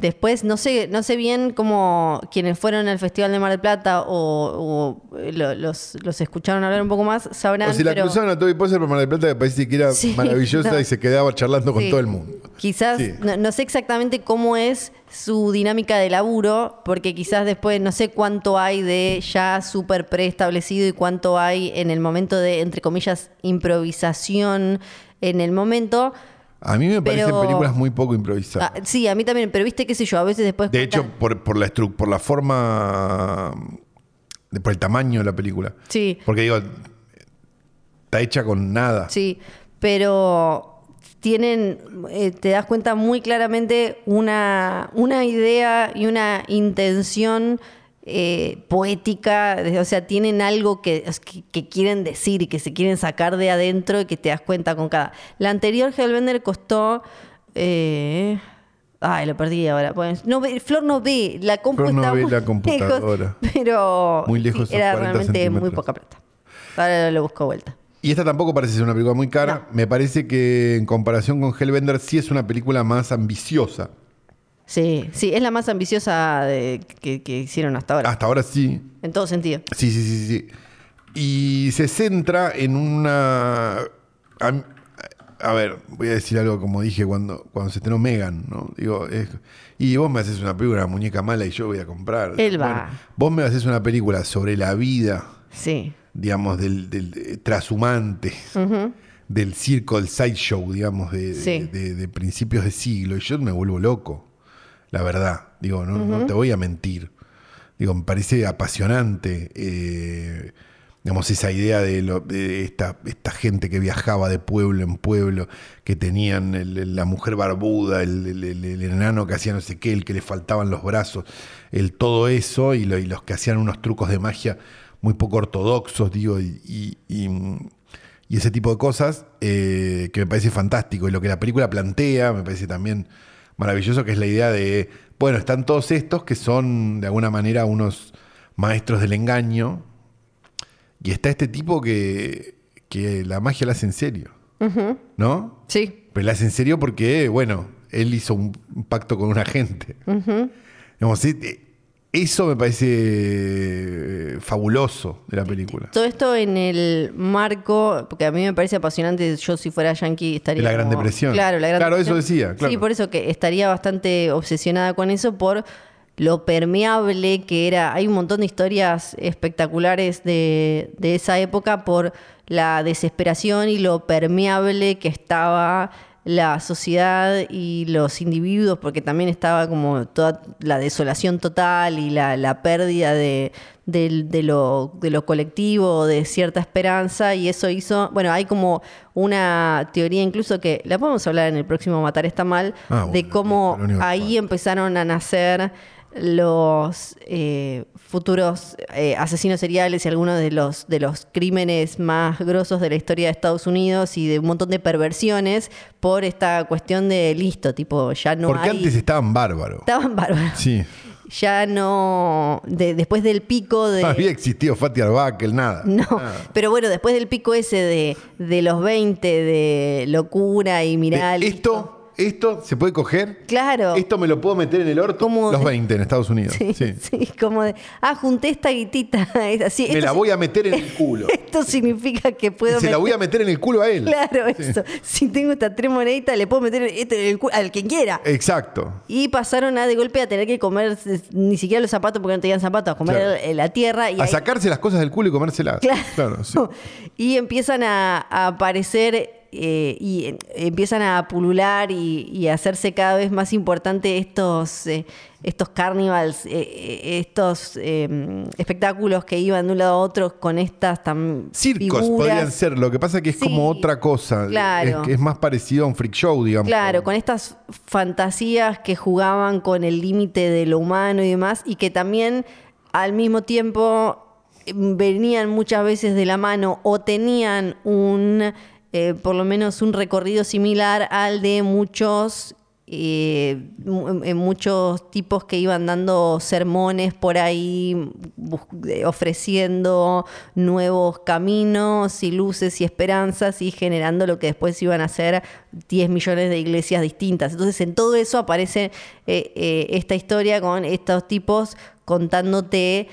A: Después, no sé, no sé bien cómo quienes fueron al Festival de Mar del Plata o, o, eh, lo- los, los escucharon hablar un poco más, sabrán.
B: O si la
A: pero
B: cruzaron a Toby Poser por Mar del Plata, que parecía que era
A: Sí,
B: maravillosa
A: no.
B: y se quedaba charlando con
A: Sí.
B: todo el mundo.
A: Quizás,
B: Sí.
A: no, no sé exactamente cómo es su dinámica de laburo, porque quizás después no sé cuánto hay de ya súper preestablecido y cuánto hay en el momento de, entre comillas, improvisación en el momento.
B: A mí me parecen
A: Pero-
B: películas muy poco improvisadas.
A: Ah, sí, a mí también, pero viste qué sé yo, a veces después...
B: de
A: cuentan-
B: hecho, por, por la estru- por la forma, de- por el tamaño de la película.
A: Sí.
B: Porque digo, está hecha con nada.
A: Sí, pero tienen, eh, te das cuenta muy claramente una, una idea y una intención eh, poética, de- o sea, tienen algo que, es que, que quieren decir y que se quieren sacar de adentro y que te das cuenta con cada. La anterior Hellbender costó... eh, Ay, lo perdí ahora. Pues, no ve- Flor no ve, la compu
B: Flor no
A: está
B: ve
A: muy
B: la
A: lejos,
B: computadora.
A: pero
B: Muy lejos
A: sí,
B: a
A: era
B: 40
A: realmente muy
B: centímetros.
A: poca plata. Ahora lo busco vuelta.
B: Y esta tampoco parece ser una película muy cara. Me parece que en comparación con Hellbender sí es una película más ambiciosa.
A: Sí, sí, es la más ambiciosa de- que, que hicieron hasta ahora.
B: Hasta ahora sí.
A: En todo sentido.
B: Sí, sí, sí, sí. Y se centra en una... A, mí- a ver, voy a decir algo como dije cuando, cuando se estrenó Megan, ¿no? Digo, es- y vos me haces una película, muñeca mala, y yo voy a comprar.
A: Él va.
B: vos me haces una película sobre la vida,
A: Sí.
B: digamos, del, del eh, trashumante, del circo, del sideshow, digamos, de, de-
A: Sí.
B: de- de principios de siglo. Y yo me vuelvo loco, la verdad. Digo, no, no te voy a mentir. Digo, me parece apasionante, eh, digamos, esa idea de, lo- de esta, esta gente que viajaba de pueblo en pueblo, que tenían el- el- la mujer barbuda, el, el- el- el enano que hacía no sé qué, el que le faltaban los brazos, el todo eso, y, lo- y los que hacían unos trucos de magia muy poco ortodoxos, digo, y, y- y- y ese tipo de cosas, eh, que me parece fantástico. Y lo que la película plantea, me parece también maravilloso, que es la idea de, bueno, están todos estos que son de alguna manera unos maestros del engaño, y está este tipo que, que la magia la hace en serio, ¿no?
A: Sí.
B: Pero la hace en serio porque, bueno, él hizo un un pacto con una gente. Digamos, e- e- eso me parece eh, fabuloso de la película.
A: Todo esto en el marco, porque a mí me parece apasionante, yo si fuera yankee estaría...
B: De la Gran
A: como-
B: Depresión.
A: Claro, la Gran
B: Claro, eso
A: Depresión.
B: decía, claro.
A: Sí, por eso que estaría bastante obsesionada con eso, por lo permeable que era. Hay un montón de historias espectaculares de, de esa época por la desesperación y lo permeable que estaba la sociedad y los individuos, porque también estaba como toda la desolación total y la, la pérdida de, del- de lo, de lo colectivo, de cierta esperanza, y eso hizo, bueno, hay como una teoría incluso que la podemos hablar en el próximo Matar está mal,
B: Ah,
A: de
B: bueno,
A: cómo
B: lo único que
A: ahí
B: falta.
A: empezaron a nacer los eh, futuros eh, asesinos seriales y algunos de los de los crímenes más grosos de la historia de Estados Unidos y de un montón de perversiones por esta cuestión de listo, tipo ya no
B: porque
A: hay
B: antes estaban bárbaros.
A: estaban bárbaros.
B: Sí.
A: Ya no de- después del pico de
B: No había existido Fatih Arbakel, nada.
A: no, pero bueno, después del pico ese de, de los 20 de locura y mirá
B: De-
A: listo.
B: esto, Eh, esto se puede coger.
A: Claro.
B: Esto me lo puedo meter en el orto.
A: Como-
B: Los 20 en Estados Unidos.
A: Sí,
B: sí.
A: sí, como de, ah, junté esta guitita. es así,
B: Me
A: esto
B: la
A: sí-
B: voy a meter en el culo.
A: Esto significa que
B: Y
A: puedo
B: se la voy a
A: meter-
B: meter en el culo a él.
A: Claro, eso. Si tengo estas tres moneditas, le puedo meter esto en el cu- al quien quiera.
B: Eh. Exacto.
A: Y pasaron a de golpe a tener que comer eh, ni siquiera los zapatos porque no tenían zapatos, a comer
B: Claro.
A: eh, la tierra. Y
B: A
A: ahí-
B: sacarse las cosas del culo y comérselas.
A: Claro.
B: sí.
A: Y empiezan a, a aparecer eh, y eh, empiezan a pulular y, y a hacerse cada vez más importante estos, eh, estos carnivals, eh, eh, estos eh, espectáculos que iban de un lado a otro con estas tan
B: Circos
A: figuras.
B: podrían ser, lo que pasa que es
A: Sí,
B: como otra cosa.
A: claro.
B: Es, que es más parecido a un freak show, digamos.
A: Claro, con estas fantasías que jugaban con el límite de lo humano y demás, y que también al mismo tiempo eh, venían muchas veces de la mano o tenían un, eh, por lo menos un recorrido similar al de muchos eh, mu- en muchos tipos que iban dando sermones por ahí, bus- eh, ofreciendo nuevos caminos y luces y esperanzas y generando lo que después iban a ser 10 millones de iglesias distintas. Entonces en todo eso aparece eh, eh, esta historia con estos tipos contándote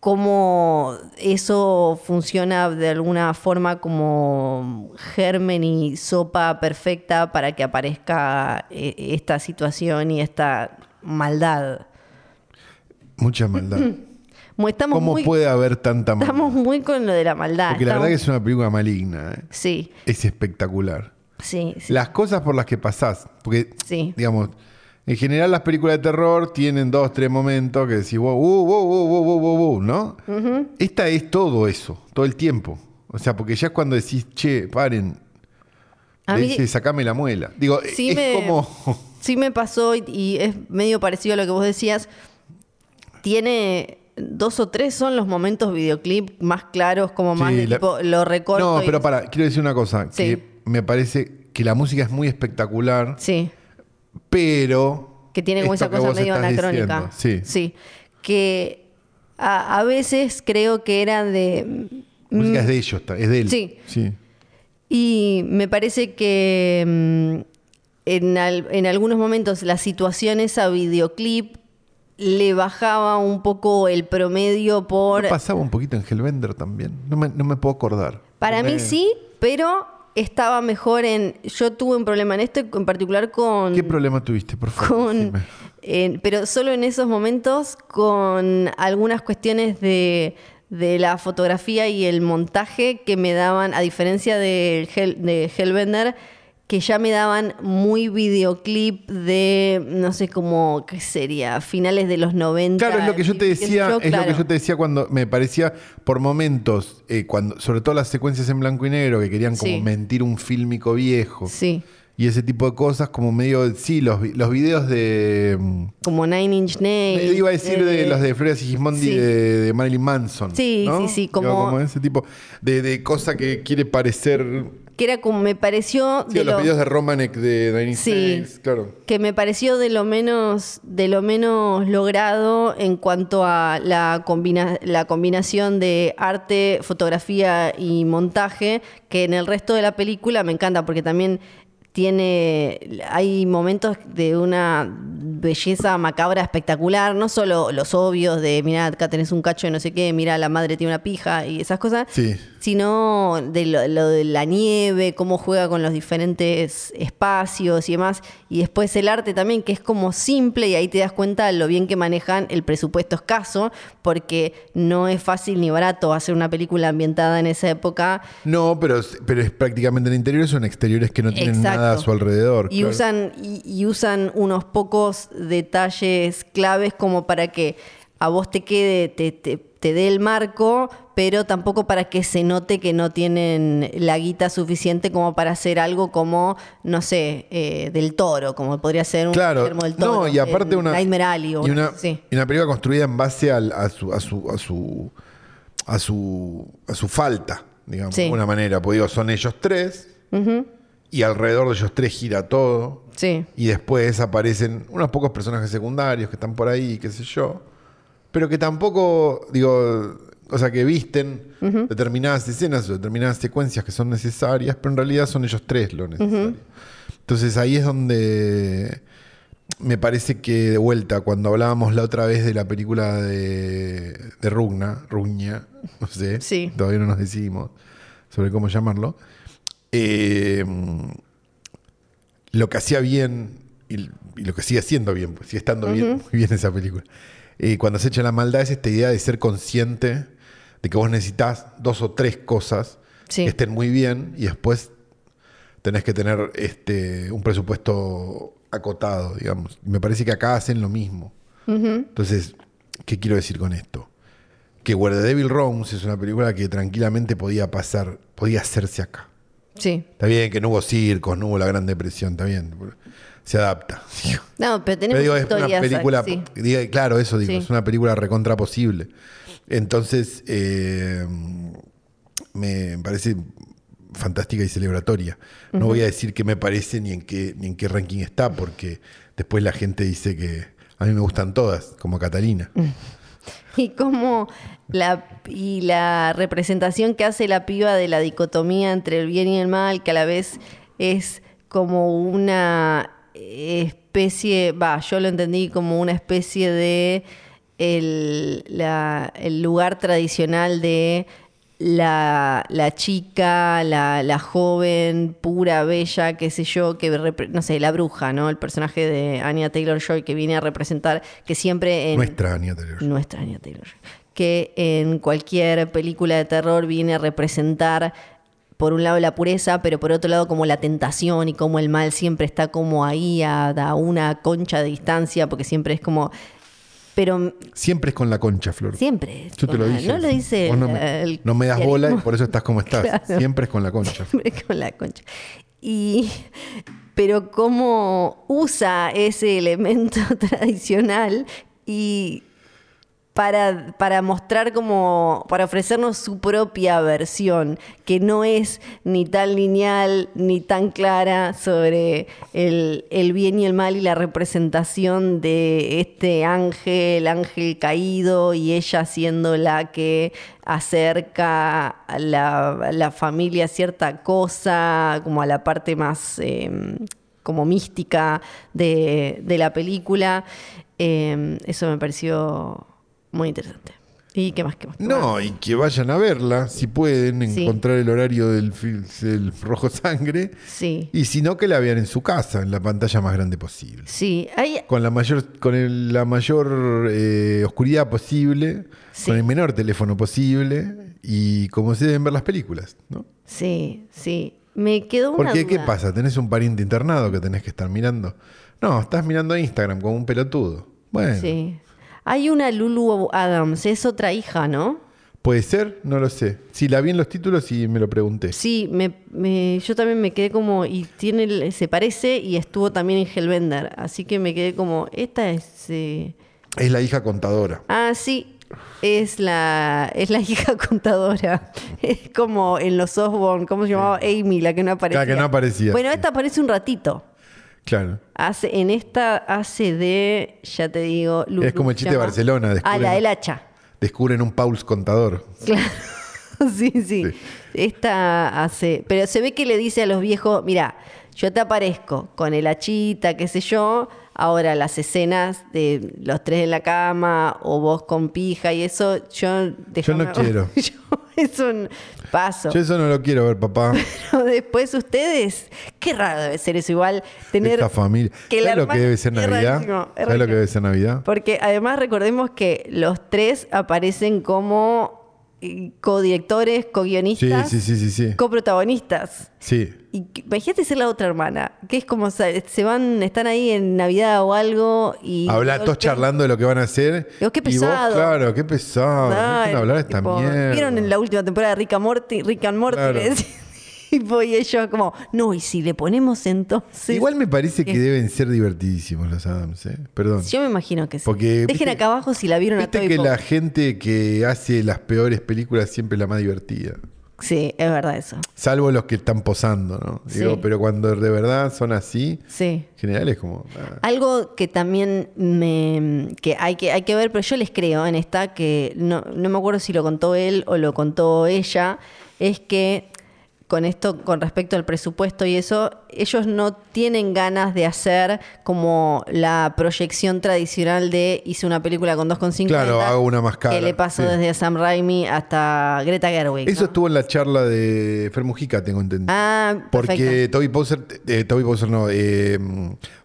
A: cómo eso funciona de alguna forma como germen y sopa perfecta para que aparezca eh, esta situación y esta maldad.
B: Mucha maldad.
A: Mu- Estamos
B: ¿Cómo
A: muy,
B: puede haber tanta maldad?
A: estamos muy con lo de la maldad.
B: Porque la verdad que
A: estamos-
B: es una película maligna. ¿eh?
A: Sí,
B: Es espectacular.
A: sí, sí.
B: Las cosas por las que pasás. Porque,
A: Sí.
B: digamos, en general las películas de terror tienen dos, tres momentos que decís, wow, wow, wow, wow, wow, wow, wow, wow", ¿no? Esta es todo eso, todo el tiempo. O sea, porque ya es cuando decís, che, paren,
A: A
B: le
A: mí-
B: dice, sacame la muela. Digo,
A: Sí
B: es
A: me-
B: como...
A: sí me pasó y, y es medio parecido a lo que vos decías. Tiene dos o tres son los momentos videoclip más claros, como más
B: Sí,
A: de
B: la-
A: tipo, lo recorto.
B: No,
A: y-
B: pero para, quiero decir una cosa,
A: Sí.
B: que me parece que la música es muy espectacular,
A: Sí.
B: pero...
A: que tiene como
B: esto
A: esa
B: que
A: cosa
B: vos
A: medio
B: estás
A: anacrónica.
B: diciendo, sí.
A: Que a, a veces creo que era de. mm,
B: Música es de ellos, está- es de él.
A: Sí.
B: sí.
A: Y me parece que mm, en, al- en algunos momentos la situación esa videoclip le bajaba un poco el promedio por.
B: ¿No pasaba un poquito en Hellbender también. No me, no me puedo acordar.
A: Para mí sí, pero estaba mejor en. Yo tuve un problema en esto, en particular con.
B: ¿Qué problema tuviste, por favor?
A: con,
B: Decime.
A: en- pero solo en esos momentos con algunas cuestiones de, de la fotografía y el montaje que me daban, a diferencia de, Hell- de Hellbender, que ya me daban muy videoclip de, no sé cómo, ¿qué sería? Finales de los 90.
B: Claro, es lo que yo te
A: qué sé
B: decía,
A: yo,
B: es
A: claro.
B: lo que yo te decía cuando me parecía por momentos, eh, cuando, sobre todo las secuencias en blanco y negro que querían como
A: Sí.
B: mentir un fílmico viejo
A: Sí,
B: y ese tipo de cosas como medio, sí, los, vi- los videos de mm,
A: como Nine Inch Nails.
B: iba a decir de
A: eh,
B: los de Flores y Gismondi
A: sí.
B: de, de Marilyn Manson.
A: Sí,
B: ¿no?
A: sí, sí,
B: Digo,
A: como-
B: ese tipo de, de cosa que quiere parecer.
A: Que era como, me pareció...
B: Sí,
A: de
B: los
A: lo-
B: videos de Romanek de Nine Inch
A: Sí.
B: Nails, claro.
A: que me pareció de lo menos de lo menos logrado en cuanto a la, combina- la combinación de arte, fotografía y montaje, que en el resto de la película me encanta porque también tiene hay momentos de una belleza macabra espectacular, no solo los obvios de mirá, acá tenés un cacho de no sé qué, mirá, la madre tiene una pija y esas cosas,
B: Sí.
A: sino de lo, lo de la nieve, cómo juega con los diferentes espacios y demás. Y después el arte también, que es como simple y ahí te das cuenta lo bien que manejan el presupuesto escaso, porque no es fácil ni barato hacer una película ambientada en esa época.
B: No, pero, pero es prácticamente en interiores son exteriores que no tienen
A: Exacto.
B: nada a su alrededor.
A: Y,
B: Pues claro.
A: usan, y, y usan unos pocos detalles claves como para que a vos te quede, te, te- te dé el marco, pero tampoco para que se note que no tienen la guita suficiente como para hacer algo como, no sé, eh, del toro, como podría ser un
B: Claro,
A: Guillermo del Toro.
B: no, y aparte
A: el
B: una,
A: Nightmare Alley o
B: y
A: una-
B: una,
A: sí.
B: y una película construida en base al- a, su, a, su, a, su, a, su, a su falta, digamos,
A: Sí.
B: de alguna manera. Porque digo, son ellos tres y alrededor de ellos tres gira todo.
A: Sí.
B: Y después aparecen unos pocos personajes secundarios que están por ahí, qué sé yo. Pero que tampoco, digo, o sea, que visten determinadas escenas o determinadas secuencias que son necesarias, pero en realidad son ellos tres lo necesario. Entonces ahí es donde me parece que de vuelta, cuando hablábamos la otra vez de la película de, de Rugna, Rugna, no sé,
A: Sí.
B: todavía no nos decidimos sobre cómo llamarlo, eh, lo que hacía bien y, y lo que sigue haciendo bien, pues sigue estando bien, muy bien esa película. Eh, cuando se echa la maldad es esta idea de ser consciente de que vos necesitas dos o tres cosas
A: Sí.
B: que estén muy bien y después tenés que tener este, un presupuesto acotado, digamos. Y Me parece que acá hacen lo mismo. Entonces, ¿qué quiero decir con esto? Que Where the Devil Roams es una película que tranquilamente podía pasar, podía hacerse acá.
A: Sí.
B: Está bien que no hubo circos, no hubo la Gran Depresión, está bien. Se adapta.
A: No, pero
B: Pero
A: tenemos
B: digo, es una
A: historias.
B: película.
A: sí.
B: diga- claro, eso digo,
A: Sí.
B: es una película recontra posible. Entonces, eh, me parece fantástica y celebratoria. No voy a decir qué me parece ni en qué, ni en qué ranking está, porque después la gente dice que a mí me gustan todas, como Catalina.
A: Y cómo la, y la representación que hace la piba de la dicotomía entre el bien y el mal, que a la vez es como una especie, va, yo lo entendí como una especie de el, la- el lugar tradicional de la, la chica, la, la joven, pura, bella, qué sé yo, que repre- no sé, la bruja, ¿no? El personaje de Anya Taylor Joy que viene a representar, que siempre en,
B: Nuestra Anya Taylor-Joy.
A: nuestra Anya Taylor. Que en cualquier película de terror viene a representar, por un lado, la pureza, pero por otro lado, como la tentación y como el mal siempre está como ahí a, a una concha de distancia, porque siempre es como. Pero
B: Siempre es con la concha, Flor.
A: siempre. es
C: Yo te lo
A: con la-
C: dije.
A: No lo dice.
C: Vos no
A: el-
C: me-
A: el-
B: No me das
A: el-
B: bola y por eso estás como estás.
A: Claro.
B: Siempre es con la concha.
A: Siempre con la concha. Y, pero cómo usa ese elemento tradicional y para, para mostrar como, para ofrecernos su propia versión, que no es ni tan lineal ni tan clara sobre el, el bien y el mal y la representación de este ángel, ángel caído y ella siendo la que acerca a la, a la familia a cierta cosa, como a la parte más... em, como mística de, de la película. Eh, eso me pareció muy interesante. ¿Y qué más? ¿Qué más? qué más?
C: No, y que vayan a verla, si pueden,
A: Sí.
C: encontrar el horario del, fil- del Rojo Sangre.
A: Sí,
C: Y si no,
B: Que la vean en su casa, en la pantalla más grande posible.
A: sí. Hay,
B: Con la mayor, con el- la mayor eh, oscuridad posible,
A: Sí.
B: con el menor teléfono posible y como se deben ver las películas, ¿no?
A: sí, sí. Me quedó una
B: Porque, ¿qué
A: duda.
B: pasa? ¿Tenés un pariente internado que tenés que estar mirando? No, estás mirando Instagram como un pelotudo. Bueno,
A: Sí. Hay una Lulu Adams, es otra hija, ¿no?
B: puede ser, no lo sé. Si la vi en los títulos y me lo pregunté.
A: Sí, me, me- yo también me quedé como, y tiene, el- se parece y estuvo también en Hellbender, así que me quedé como, esta es... eh,
C: es la hija contadora.
A: Ah, sí. Es la, es la hija contadora. Es como en los Osborne, ¿cómo se llamaba? Amy, la que no aparecía.
B: que no aparecía,
A: Bueno,
B: sí.
A: esta aparece un ratito.
B: Claro.
A: Hace, en esta hace de, ya te digo, Lulu,
B: Es como el
A: se
B: chiste de
A: llama.
B: Barcelona,
A: Ah,
B: descubren-
A: la del hacha.
B: Descubren un Pauls contador.
A: Claro. sí, sí, Esta hace. Pero se ve que le dice a los viejos: Mira, yo te aparezco con el hachita, qué sé yo. Ahora las escenas de los tres en la cama o vos con pija y eso, yo. déjame-
B: no quiero.
A: yo, es un paso.
B: Yo eso no lo quiero ver, papá.
A: Pero después ustedes, qué raro debe ser eso. Igual tener.
B: Esta familia.
A: que la
B: ¿Sabes lo que
A: hermana-
B: debe ser
A: es
B: Navidad?
A: rarísimo, es
B: ¿Sabes lo que
A: rarísimo.
B: debe ser Navidad?
A: Porque además recordemos que los tres aparecen como eh, codirectores,
B: Sí,
A: co-guionistas,
B: sí, sí, sí, sí.
A: coprotagonistas.
B: Sí.
A: Y que- imagínate ser la otra hermana, que es como se se van, están ahí en Navidad o algo y
B: Habla,
A: de
B: todos
A: golpe-
B: charlando de lo que van a hacer.
A: Digo, qué
B: Y vos,
A: pesado.
B: claro, qué pesado. No
A: Dale,
B: dejan hablar esta
A: tipo,
B: mierda.
A: Vieron en la última temporada de Rick and Morty, Rick and Morty
B: Claro.
A: Le decían, tipo, y ellos como, no, y si le ponemos entonces.
B: Igual me parece que deben ser divertidísimos los Adams, ¿eh? Perdón.
A: yo me imagino que sí.
B: Porque,
A: Dejen
B: viste-
A: acá abajo si la vieron a
B: Viste
A: Toy
B: que
A: Pop.
B: la gente que hace las peores películas siempre es la más divertida.
A: Sí, es verdad eso.
B: Salvo los que están posando, ¿no? Digo,
A: Sí.
B: pero cuando de verdad son así,
A: Sí.
B: en general es como. ah.
A: Algo que también me que hay que hay que ver, pero yo les creo en esta que no, no me acuerdo si lo contó él o lo contó ella, es que con esto con respecto al presupuesto y eso, ellos no tienen ganas de hacer como la proyección tradicional de hice una película con 2,5
B: Claro, hago una más cara,
A: Que le pasó
B: sí.
A: desde Sam Raimi hasta Greta Gerwig.
B: Eso
A: ¿no?
B: estuvo en la charla de Fer Mujica, tengo entendido.
A: Ah,
B: Porque
A: perfecto.
B: Toby Poser, eh, Toby Poser no, eh,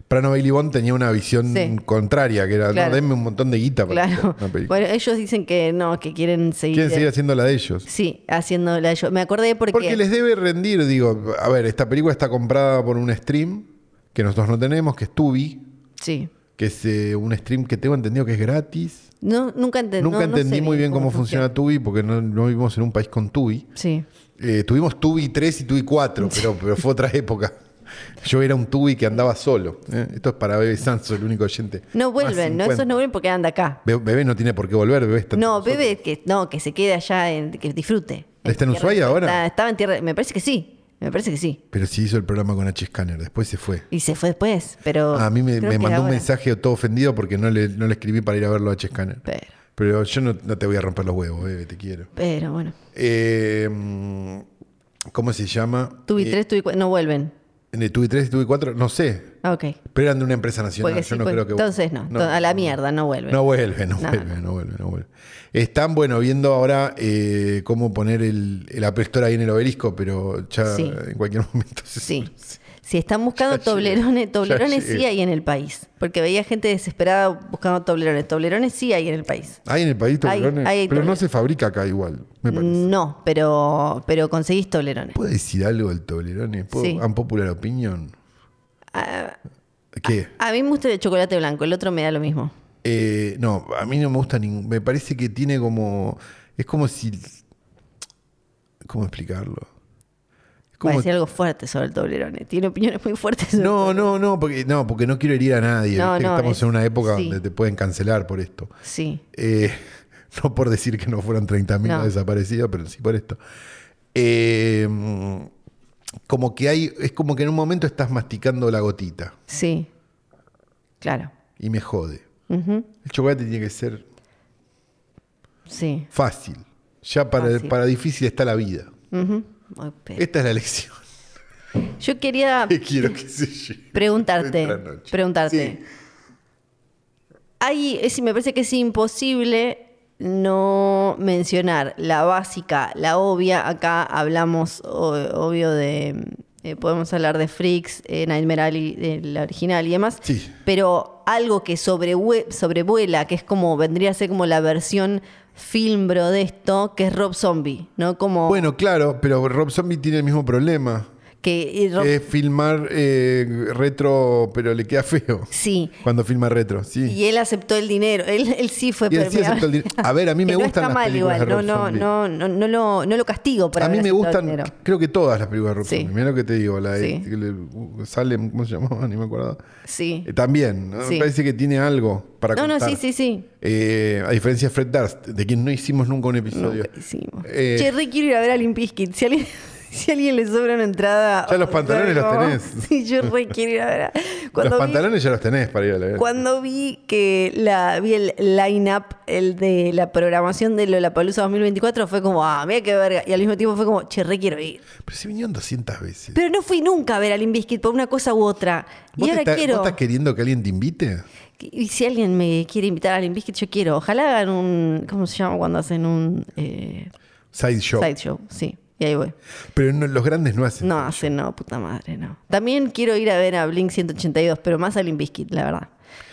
B: Prano Bailey Bond tenía una visión
A: Sí.
B: contraria, que era,
A: Claro.
B: no, denme un montón de guita para hacer
A: Claro.
B: una película.
A: Bueno, ellos dicen que no, que quieren seguir
B: Quieren seguir haciendo la de ellos.
A: Sí, haciendo la yo. Me acordé porque.
B: Porque les debe rendir, digo, a ver, esta película está comprada por un stream que nosotros no tenemos, que es Tubi,
A: Sí.
B: que es eh, un stream que tengo entendido que es gratis.
A: No, nunca, enten-
B: Nunca
A: Este, no- no sé
B: entendí muy bien cómo, funciona, Tubi, porque no, no vivimos en un país con Tubi.
A: Sí.
B: Eh, tuvimos Tubi 3 y Tubi 4, pero, pero fue otra época. Yo era un Tubi que andaba solo. ¿eh? Esto es para Bebe Sanso, el único oyente.
A: No
B: Más
A: vuelven, no,
B: 50.
A: esos no vuelven porque anda acá.
B: Be- Bebé no tiene por qué volver, Bebé está
A: No,
B: entre nosotros.
A: bebé, que no, que se quede allá, en- que disfrute.
B: ¿Está en
A: tierra-
B: Ushuaia ahora?
A: está- estaba en tierra, me parece que sí. Me parece que sí.
B: Pero si hizo el programa con H. Scanner, después se fue.
A: Y se fue después, pero.
B: A mí me,
A: Oh, creo
B: me
A: que
B: mandó un
A: ahora.
B: mensaje todo ofendido porque no le, no le escribí para ir a verlo a H. Scanner.
A: Pero,
B: Pero yo no, no te voy a romper los huevos, bebé, te quiero.
A: pero bueno.
B: Eh, mm, ¿Cómo se llama?
A: Tubi
B: Eh,
A: 3, Tubi 4. No vuelven.
B: ¿De Tubi 3 y Tubi 4? No sé.
A: Ah, ok.
B: Pero eran de una empresa nacional.
A: Porque
B: yo
A: sí,
B: no
A: porque-
B: creo que
A: Entonces no, to- A la mierda, no vuelven.
B: No vuelve, no
A: No,
B: vuelve, no vuelve, no vuelve. Están, bueno, viendo ahora eh, cómo poner el, el Apple Store ahí en el obelisco, pero ya
A: Sí.
B: en cualquier momento se
A: Sí. Si están buscando
B: Ya llegué,
A: toblerones,
B: ya
A: toblerones sí
B: llegué.
A: hay en el país. Porque veía gente desesperada buscando toblerones. Toblerones sí hay en el país.
C: Hay en el país
A: Hay-
C: toblerones,
A: hay Mm.
C: pero no
A: toblerones.
C: se fabrica acá igual, me parece.
A: No, pero, pero conseguís toblerones.
B: ¿Puedo decir algo del Toblerone? ¿Puedo?
A: Sí. Ah,
B: ¿Han popular opinion? ¿Qué?
A: A mí me gusta el de chocolate blanco, el otro me da lo mismo.
B: Eh, no, a mí no me gusta ningún. Me parece que tiene como. Es como si. ¿Cómo explicarlo? Es
A: Voy a
B: como-
A: decir algo fuerte sobre el toblerone. Tiene opiniones muy fuertes sobre
B: No, no, no, porque no, porque no quiero herir a nadie.
A: No,
B: viste que
A: no,
B: estamos
A: es-
B: en una época
A: sí.
B: donde te pueden cancelar por esto.
A: Sí.
B: Eh, no por decir que no fueron 30.000
A: No.
B: desaparecidos, pero sí por esto. Eh, como que hay, es como que en un momento estás masticando la gotita
A: Sí. Claro.
B: y me jode.
A: Ujú,
B: El chocolate tiene que ser
A: Sí.
B: fácil. Ya para,
A: Fácil.
B: para difícil está la vida.
A: Ujú. Ok.
B: Esta es la lección
A: Yo quería
B: que quiero que se lleve.
A: preguntarte.
B: esta noche.
A: Preguntarte. Hay, es- me parece que es imposible no mencionar la básica, la obvia. Acá hablamos, o- obvio, de. eh, podemos hablar de Freaks, eh, Nightmare Alley, de la original y demás.
B: Sí.
A: Pero algo que sobrevue- sobrevuela, que es como. vendría a ser como la versión filmbro de esto, que es Rob Zombie, ¿no? Como.
B: Bueno, claro, pero Rob Zombie tiene el mismo problema.
A: que y Rob-
B: que es filmar eh, retro, pero le queda feo.
A: Sí.
B: Cuando filma retro, sí.
A: Y él aceptó el dinero. Él, él sí fue
B: Y él sí
A: permeable.
B: aceptó el dinero. A ver, a mí me
A: Que no
B: gustan
A: está
B: las
A: mal
B: películas de
A: igual.
B: Rob
A: no,
B: Zombie.
A: no, no, no, no lo, no lo castigo por
B: a mí
A: haber
B: me
A: aceptado el
B: gustan,
A: dinero.
B: creo que todas las películas de Rob
A: Sí.
B: Zombie. Mirá lo que te digo, la de
A: Sí.
B: que le- Salem, ¿cómo se llamaba? Ni me acuerdo.
A: Sí.
B: Eh, también, ¿no?
A: Sí.
B: me parece que tiene algo para
A: No, no,
B: contar.
A: sí, sí, sí.
B: Eh, a diferencia de Fred Durst, de quien no hicimos nunca un episodio.
A: Nunca hicimos.
B: Eh,
A: che, re quiero ir a ver a Limp Bizkit. Si alguien, si alguien le sobra una entrada.
B: Ya los
A: o-
B: pantalones los
A: como-
B: tenés.
A: Sí, yo re quiero ir a ver. a-
B: los
A: Cuando vi-
B: pantalones ya los tenés para ir a la
A: Cuando vi que la, vi el line-up el de la programación de Lollapalooza 2024 fue como, ah, mira qué verga. Y al mismo tiempo fue como, che, re quiero ir.
B: Pero se vinieron 200 veces.
A: Pero no fui nunca a ver a Limp Bizkit por una cosa u otra.
B: ¿Vos
A: Y
B: te
A: ahora
B: estás-
A: quiero.
B: ¿Vos estás queriendo que alguien te invite?
A: Y si alguien me quiere invitar a Limp Bizkit, yo quiero. Ojalá hagan un. ¿Cómo se llama cuando hacen un eh,
B: Side show.
A: side show? Sí. Y ahí voy.
B: Pero no- los grandes no hacen.
A: No, hacen, no, puta madre, no. También quiero ir a ver a Blink 182, pero más a Limp Bizkit, la verdad.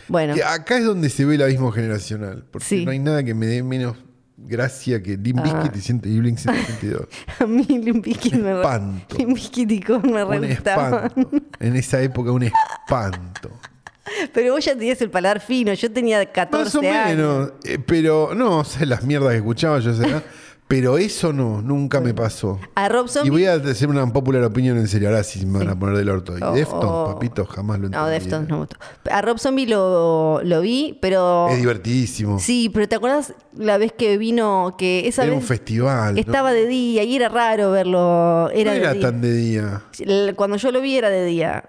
A: Bueno,
B: Que acá es donde se ve el abismo generacional. Porque
A: Sí. Ah.
B: no hay nada que me dé menos gracia que Lim Biscuit y cien- y Blink 182.
A: a mí Limp Bizkit me re-
B: espanto.
A: Limp Bizkit y Korn me re
B: un
A: gustaban.
B: espanto. En esa época, un espanto.
A: Pero vos ya tenías el paladar fino, yo tenía 14
B: Más o
A: años.
B: menos. eh, pero no, o sea, las mierdas que escuchaba yo a esa edad, Pero eso no, nunca me pasó.
A: A Rob
B: Y
A: Zombie-
B: voy a hacer una popular opinión en serio. Ahora sí me van a
A: Sí.
B: poner del orto. Y
A: O-
B: Deftones,
A: o-
B: papito, jamás lo entendí.
A: No, Deftones no me gustó. A Rob Zombie lo, lo vi, pero.
B: Es divertidísimo.
A: oh. Sí, pero ¿te acuerdas la vez que vino que esa
B: Era un
A: vez
B: festival. ¿no?
A: estaba de día y era raro verlo? Era,
B: no
A: de
B: era
A: día.
B: tan de día.
A: El- Cuando yo lo vi era de día.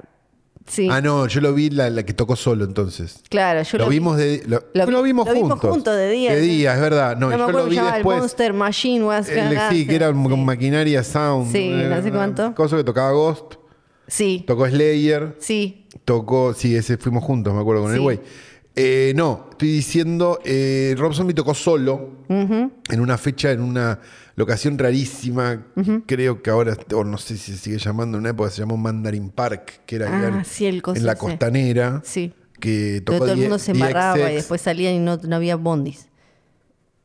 A: Sí.
B: Ah, no, yo lo vi la, la que tocó solo entonces.
A: Claro, yo
B: Lo,
A: lo, vi-
B: vimos de lo,
A: lo-
B: lo vimos
A: lo vimos
B: juntos.
A: juntos de día.
B: De día, es verdad.
A: No,
B: No,
A: me
B: yo
A: acuerdo
B: lo
A: que se
B: vi
A: llamaba el
B: después.
A: Monster Machine was
B: El-
A: gonna
B: sí, que era
A: happen.
B: con
A: Sí.
B: maquinaria sound.
A: Sí, no sé
B: eh,
A: cuánto.
B: Cosa que tocaba Ghost,
A: Sí.
B: tocó Slayer,
A: Sí.
B: tocó. Sí, ese fuimos juntos, me acuerdo con el
A: Sí.
B: güey. Eh, no, estoy diciendo, eh, Rob Zombie tocó solo en una fecha, en una locación rarísima. Creo que ahora, o no sé si se sigue llamando, en una época se llamó Mandarin Park, que era
A: Ah,
B: acá en-
A: sí, el coso
B: en la
A: ese.
B: costanera.
A: Sí.
B: que
A: Pero
B: tocó
A: todo el
B: Die-
A: mundo se
B: DXX.
A: embarraba y después salía y no, no había bondis.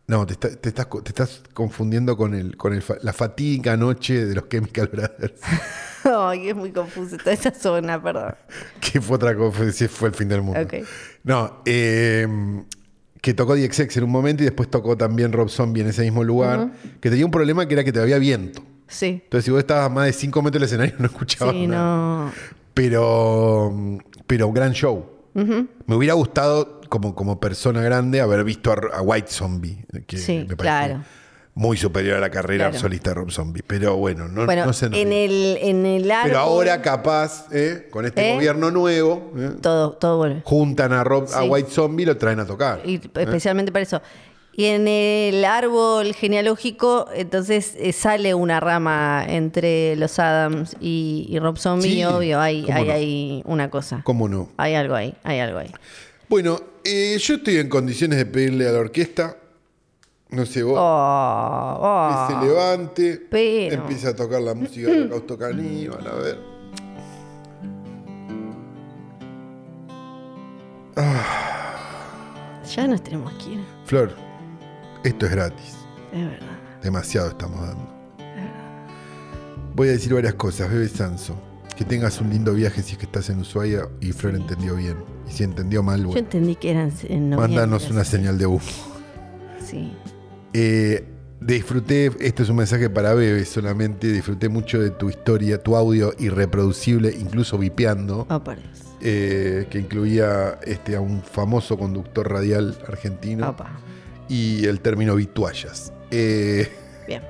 B: No, te, está- te estás, co- te estás confundiendo con, el, con el fa- la fatídica noche de los Chemical Brothers,
A: Ay, es muy confuso toda esa zona, perdón.
B: que fue otra cosa, sí, fue el fin del mundo.
A: Ok.
B: No, eh, que tocó DXX en un momento y después tocó también Rob Zombie en ese mismo lugar, que tenía un problema que era que te había viento.
A: Sí.
B: Entonces, si vos estabas a más de 5 metros del escenario, no escuchabas
A: Sí,
B: nada.
A: no.
B: Pero, em, pero un gran show. Me hubiera gustado, como, como persona grande, haber visto a, a White Zombie. eh, que
A: Sí,
B: me parece
A: claro.
B: muy superior a la carrera
A: Claro.
B: solista de Rob Zombie. Pero bueno, no,
A: Bueno,
B: no se nos
A: en
B: dio.
A: el, en el árbol,
B: Pero ahora capaz, ¿eh? con este
A: ¿Eh?
B: gobierno nuevo, ¿eh?
A: todo, todo vuelve.
B: juntan a Rob, a
A: Sí.
B: White Zombie y lo traen a tocar.
A: Y especialmente para eso. Y en el árbol genealógico, entonces eh, sale una rama entre los Adams y, y Rob Zombie,
B: Sí,
A: obvio, hay,
B: cómo
A: hay,
B: no.
A: hay una cosa.
B: ¿Cómo no?
A: Hay algo ahí, hay algo ahí.
B: Bueno, eh, yo estoy en condiciones de pedirle a la orquesta, no sé vos,
A: Oh, oh.
B: que se levante,
A: pero-
B: empieza a tocar la música de Holocausto Caníbal, a ver.
A: Ya nos tenemos que ir,
B: Flor, esto es gratis.
A: es verdad.
B: Demasiado estamos dando. Voy a decir varias cosas, bebé Sanso. Que tengas un lindo viaje si es que estás en Ushuaia y Flor entendió bien. Y si entendió mal,
A: Yo
B: bueno,
A: entendí que eran en noviembre.
B: mándanos una
A: así.
B: señal de humo.
A: Sí.
B: Eh, disfruté, este es un mensaje para Bebe solamente, disfruté mucho de tu historia, tu audio irreproducible, incluso vipeando,
A: Oh, por Dios.
B: eh, que incluía este, a un famoso conductor radial argentino
A: Opa.
B: y el término vituallas. Eh,
A: Bien.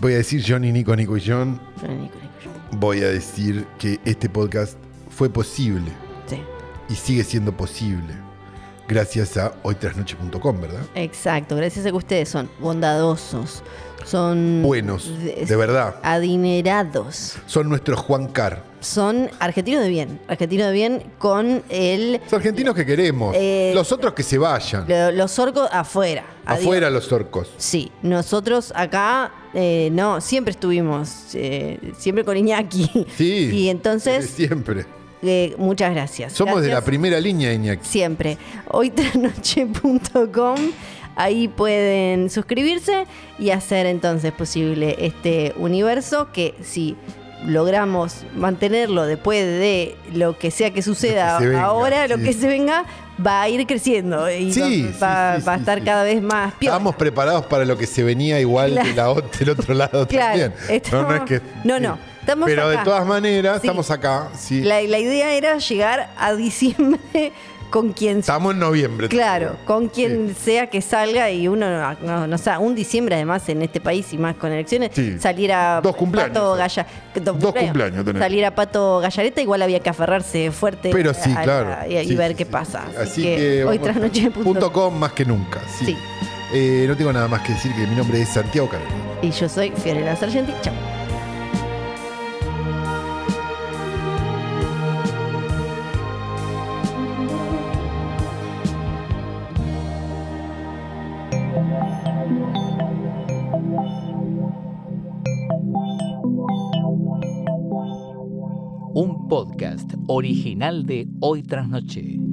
B: voy a decir Johnny, Nico, Nico y John,
A: Yo no ni con ello.
B: voy a decir que este podcast fue posible
A: Sí.
B: y sigue siendo posible gracias a hoytrasnoche.com, ¿verdad?
A: Exacto, gracias a que ustedes son bondadosos, son
B: Buenos,
A: de-
B: de verdad.
A: adinerados,
B: Son nuestros Juan Carr.
A: son argentinos de bien, argentinos de bien con el
B: Los argentinos que queremos.
A: Eh,
B: los otros que se vayan.
A: lo- los orcos afuera. Adiós.
B: Afuera los orcos.
A: Sí, nosotros acá eh, no, siempre estuvimos, eh, siempre con Iñaki.
B: Sí.
A: Y entonces,
B: desde Siempre.
A: eh, muchas gracias.
B: Somos de la
A: Gracias.
B: primera línea, Iñaki.
A: siempre. Hoytranoche.com. Ahí pueden suscribirse y hacer entonces posible este universo que si logramos mantenerlo después de lo que sea que suceda
B: Lo que se venga,
A: ahora, lo
B: sí.
A: que se venga, va a ir creciendo y
B: Sí,
A: va,
B: sí,
A: va-
B: sí,
A: va a
B: sí,
A: estar
B: sí.
A: cada vez más peor.
B: Estábamos preparados para lo que se venía igual
A: Claro.
B: de la ot- del otro lado
A: Claro,
B: también.
A: estamos- no, no, estamos
B: Pero
A: acá.
B: de todas maneras,
A: Sí.
B: estamos acá. sí.
A: La, la idea era llegar a diciembre con quien
B: Estamos en noviembre.
A: Claro, con quien
B: Sí.
A: sea que salga y uno no, no, no sabe. Un diciembre además en este país y más con elecciones,
C: Sí.
A: salir a
C: Dos cumpleaños.
B: eh.
A: Pato Galla- dos
C: cumpleaños tenés.
A: Salir a Pato Gallareta igual había que aferrarse fuerte
B: Pero sí,
A: a- a-
B: claro.
A: y, y
B: Sí,
A: ver
B: sí,
A: qué
B: sí,
A: pasa.
B: sí. Así que
A: hoy
B: vamos-
A: tras noche
B: punto com más que nunca. Sí.
A: Sí.
B: Eh, no tengo nada más que decir que mi nombre es Santiago Carlos.
A: Y yo soy Fiorella Sargenti. Chao.
D: Un podcast original de Hoy Tras Noche.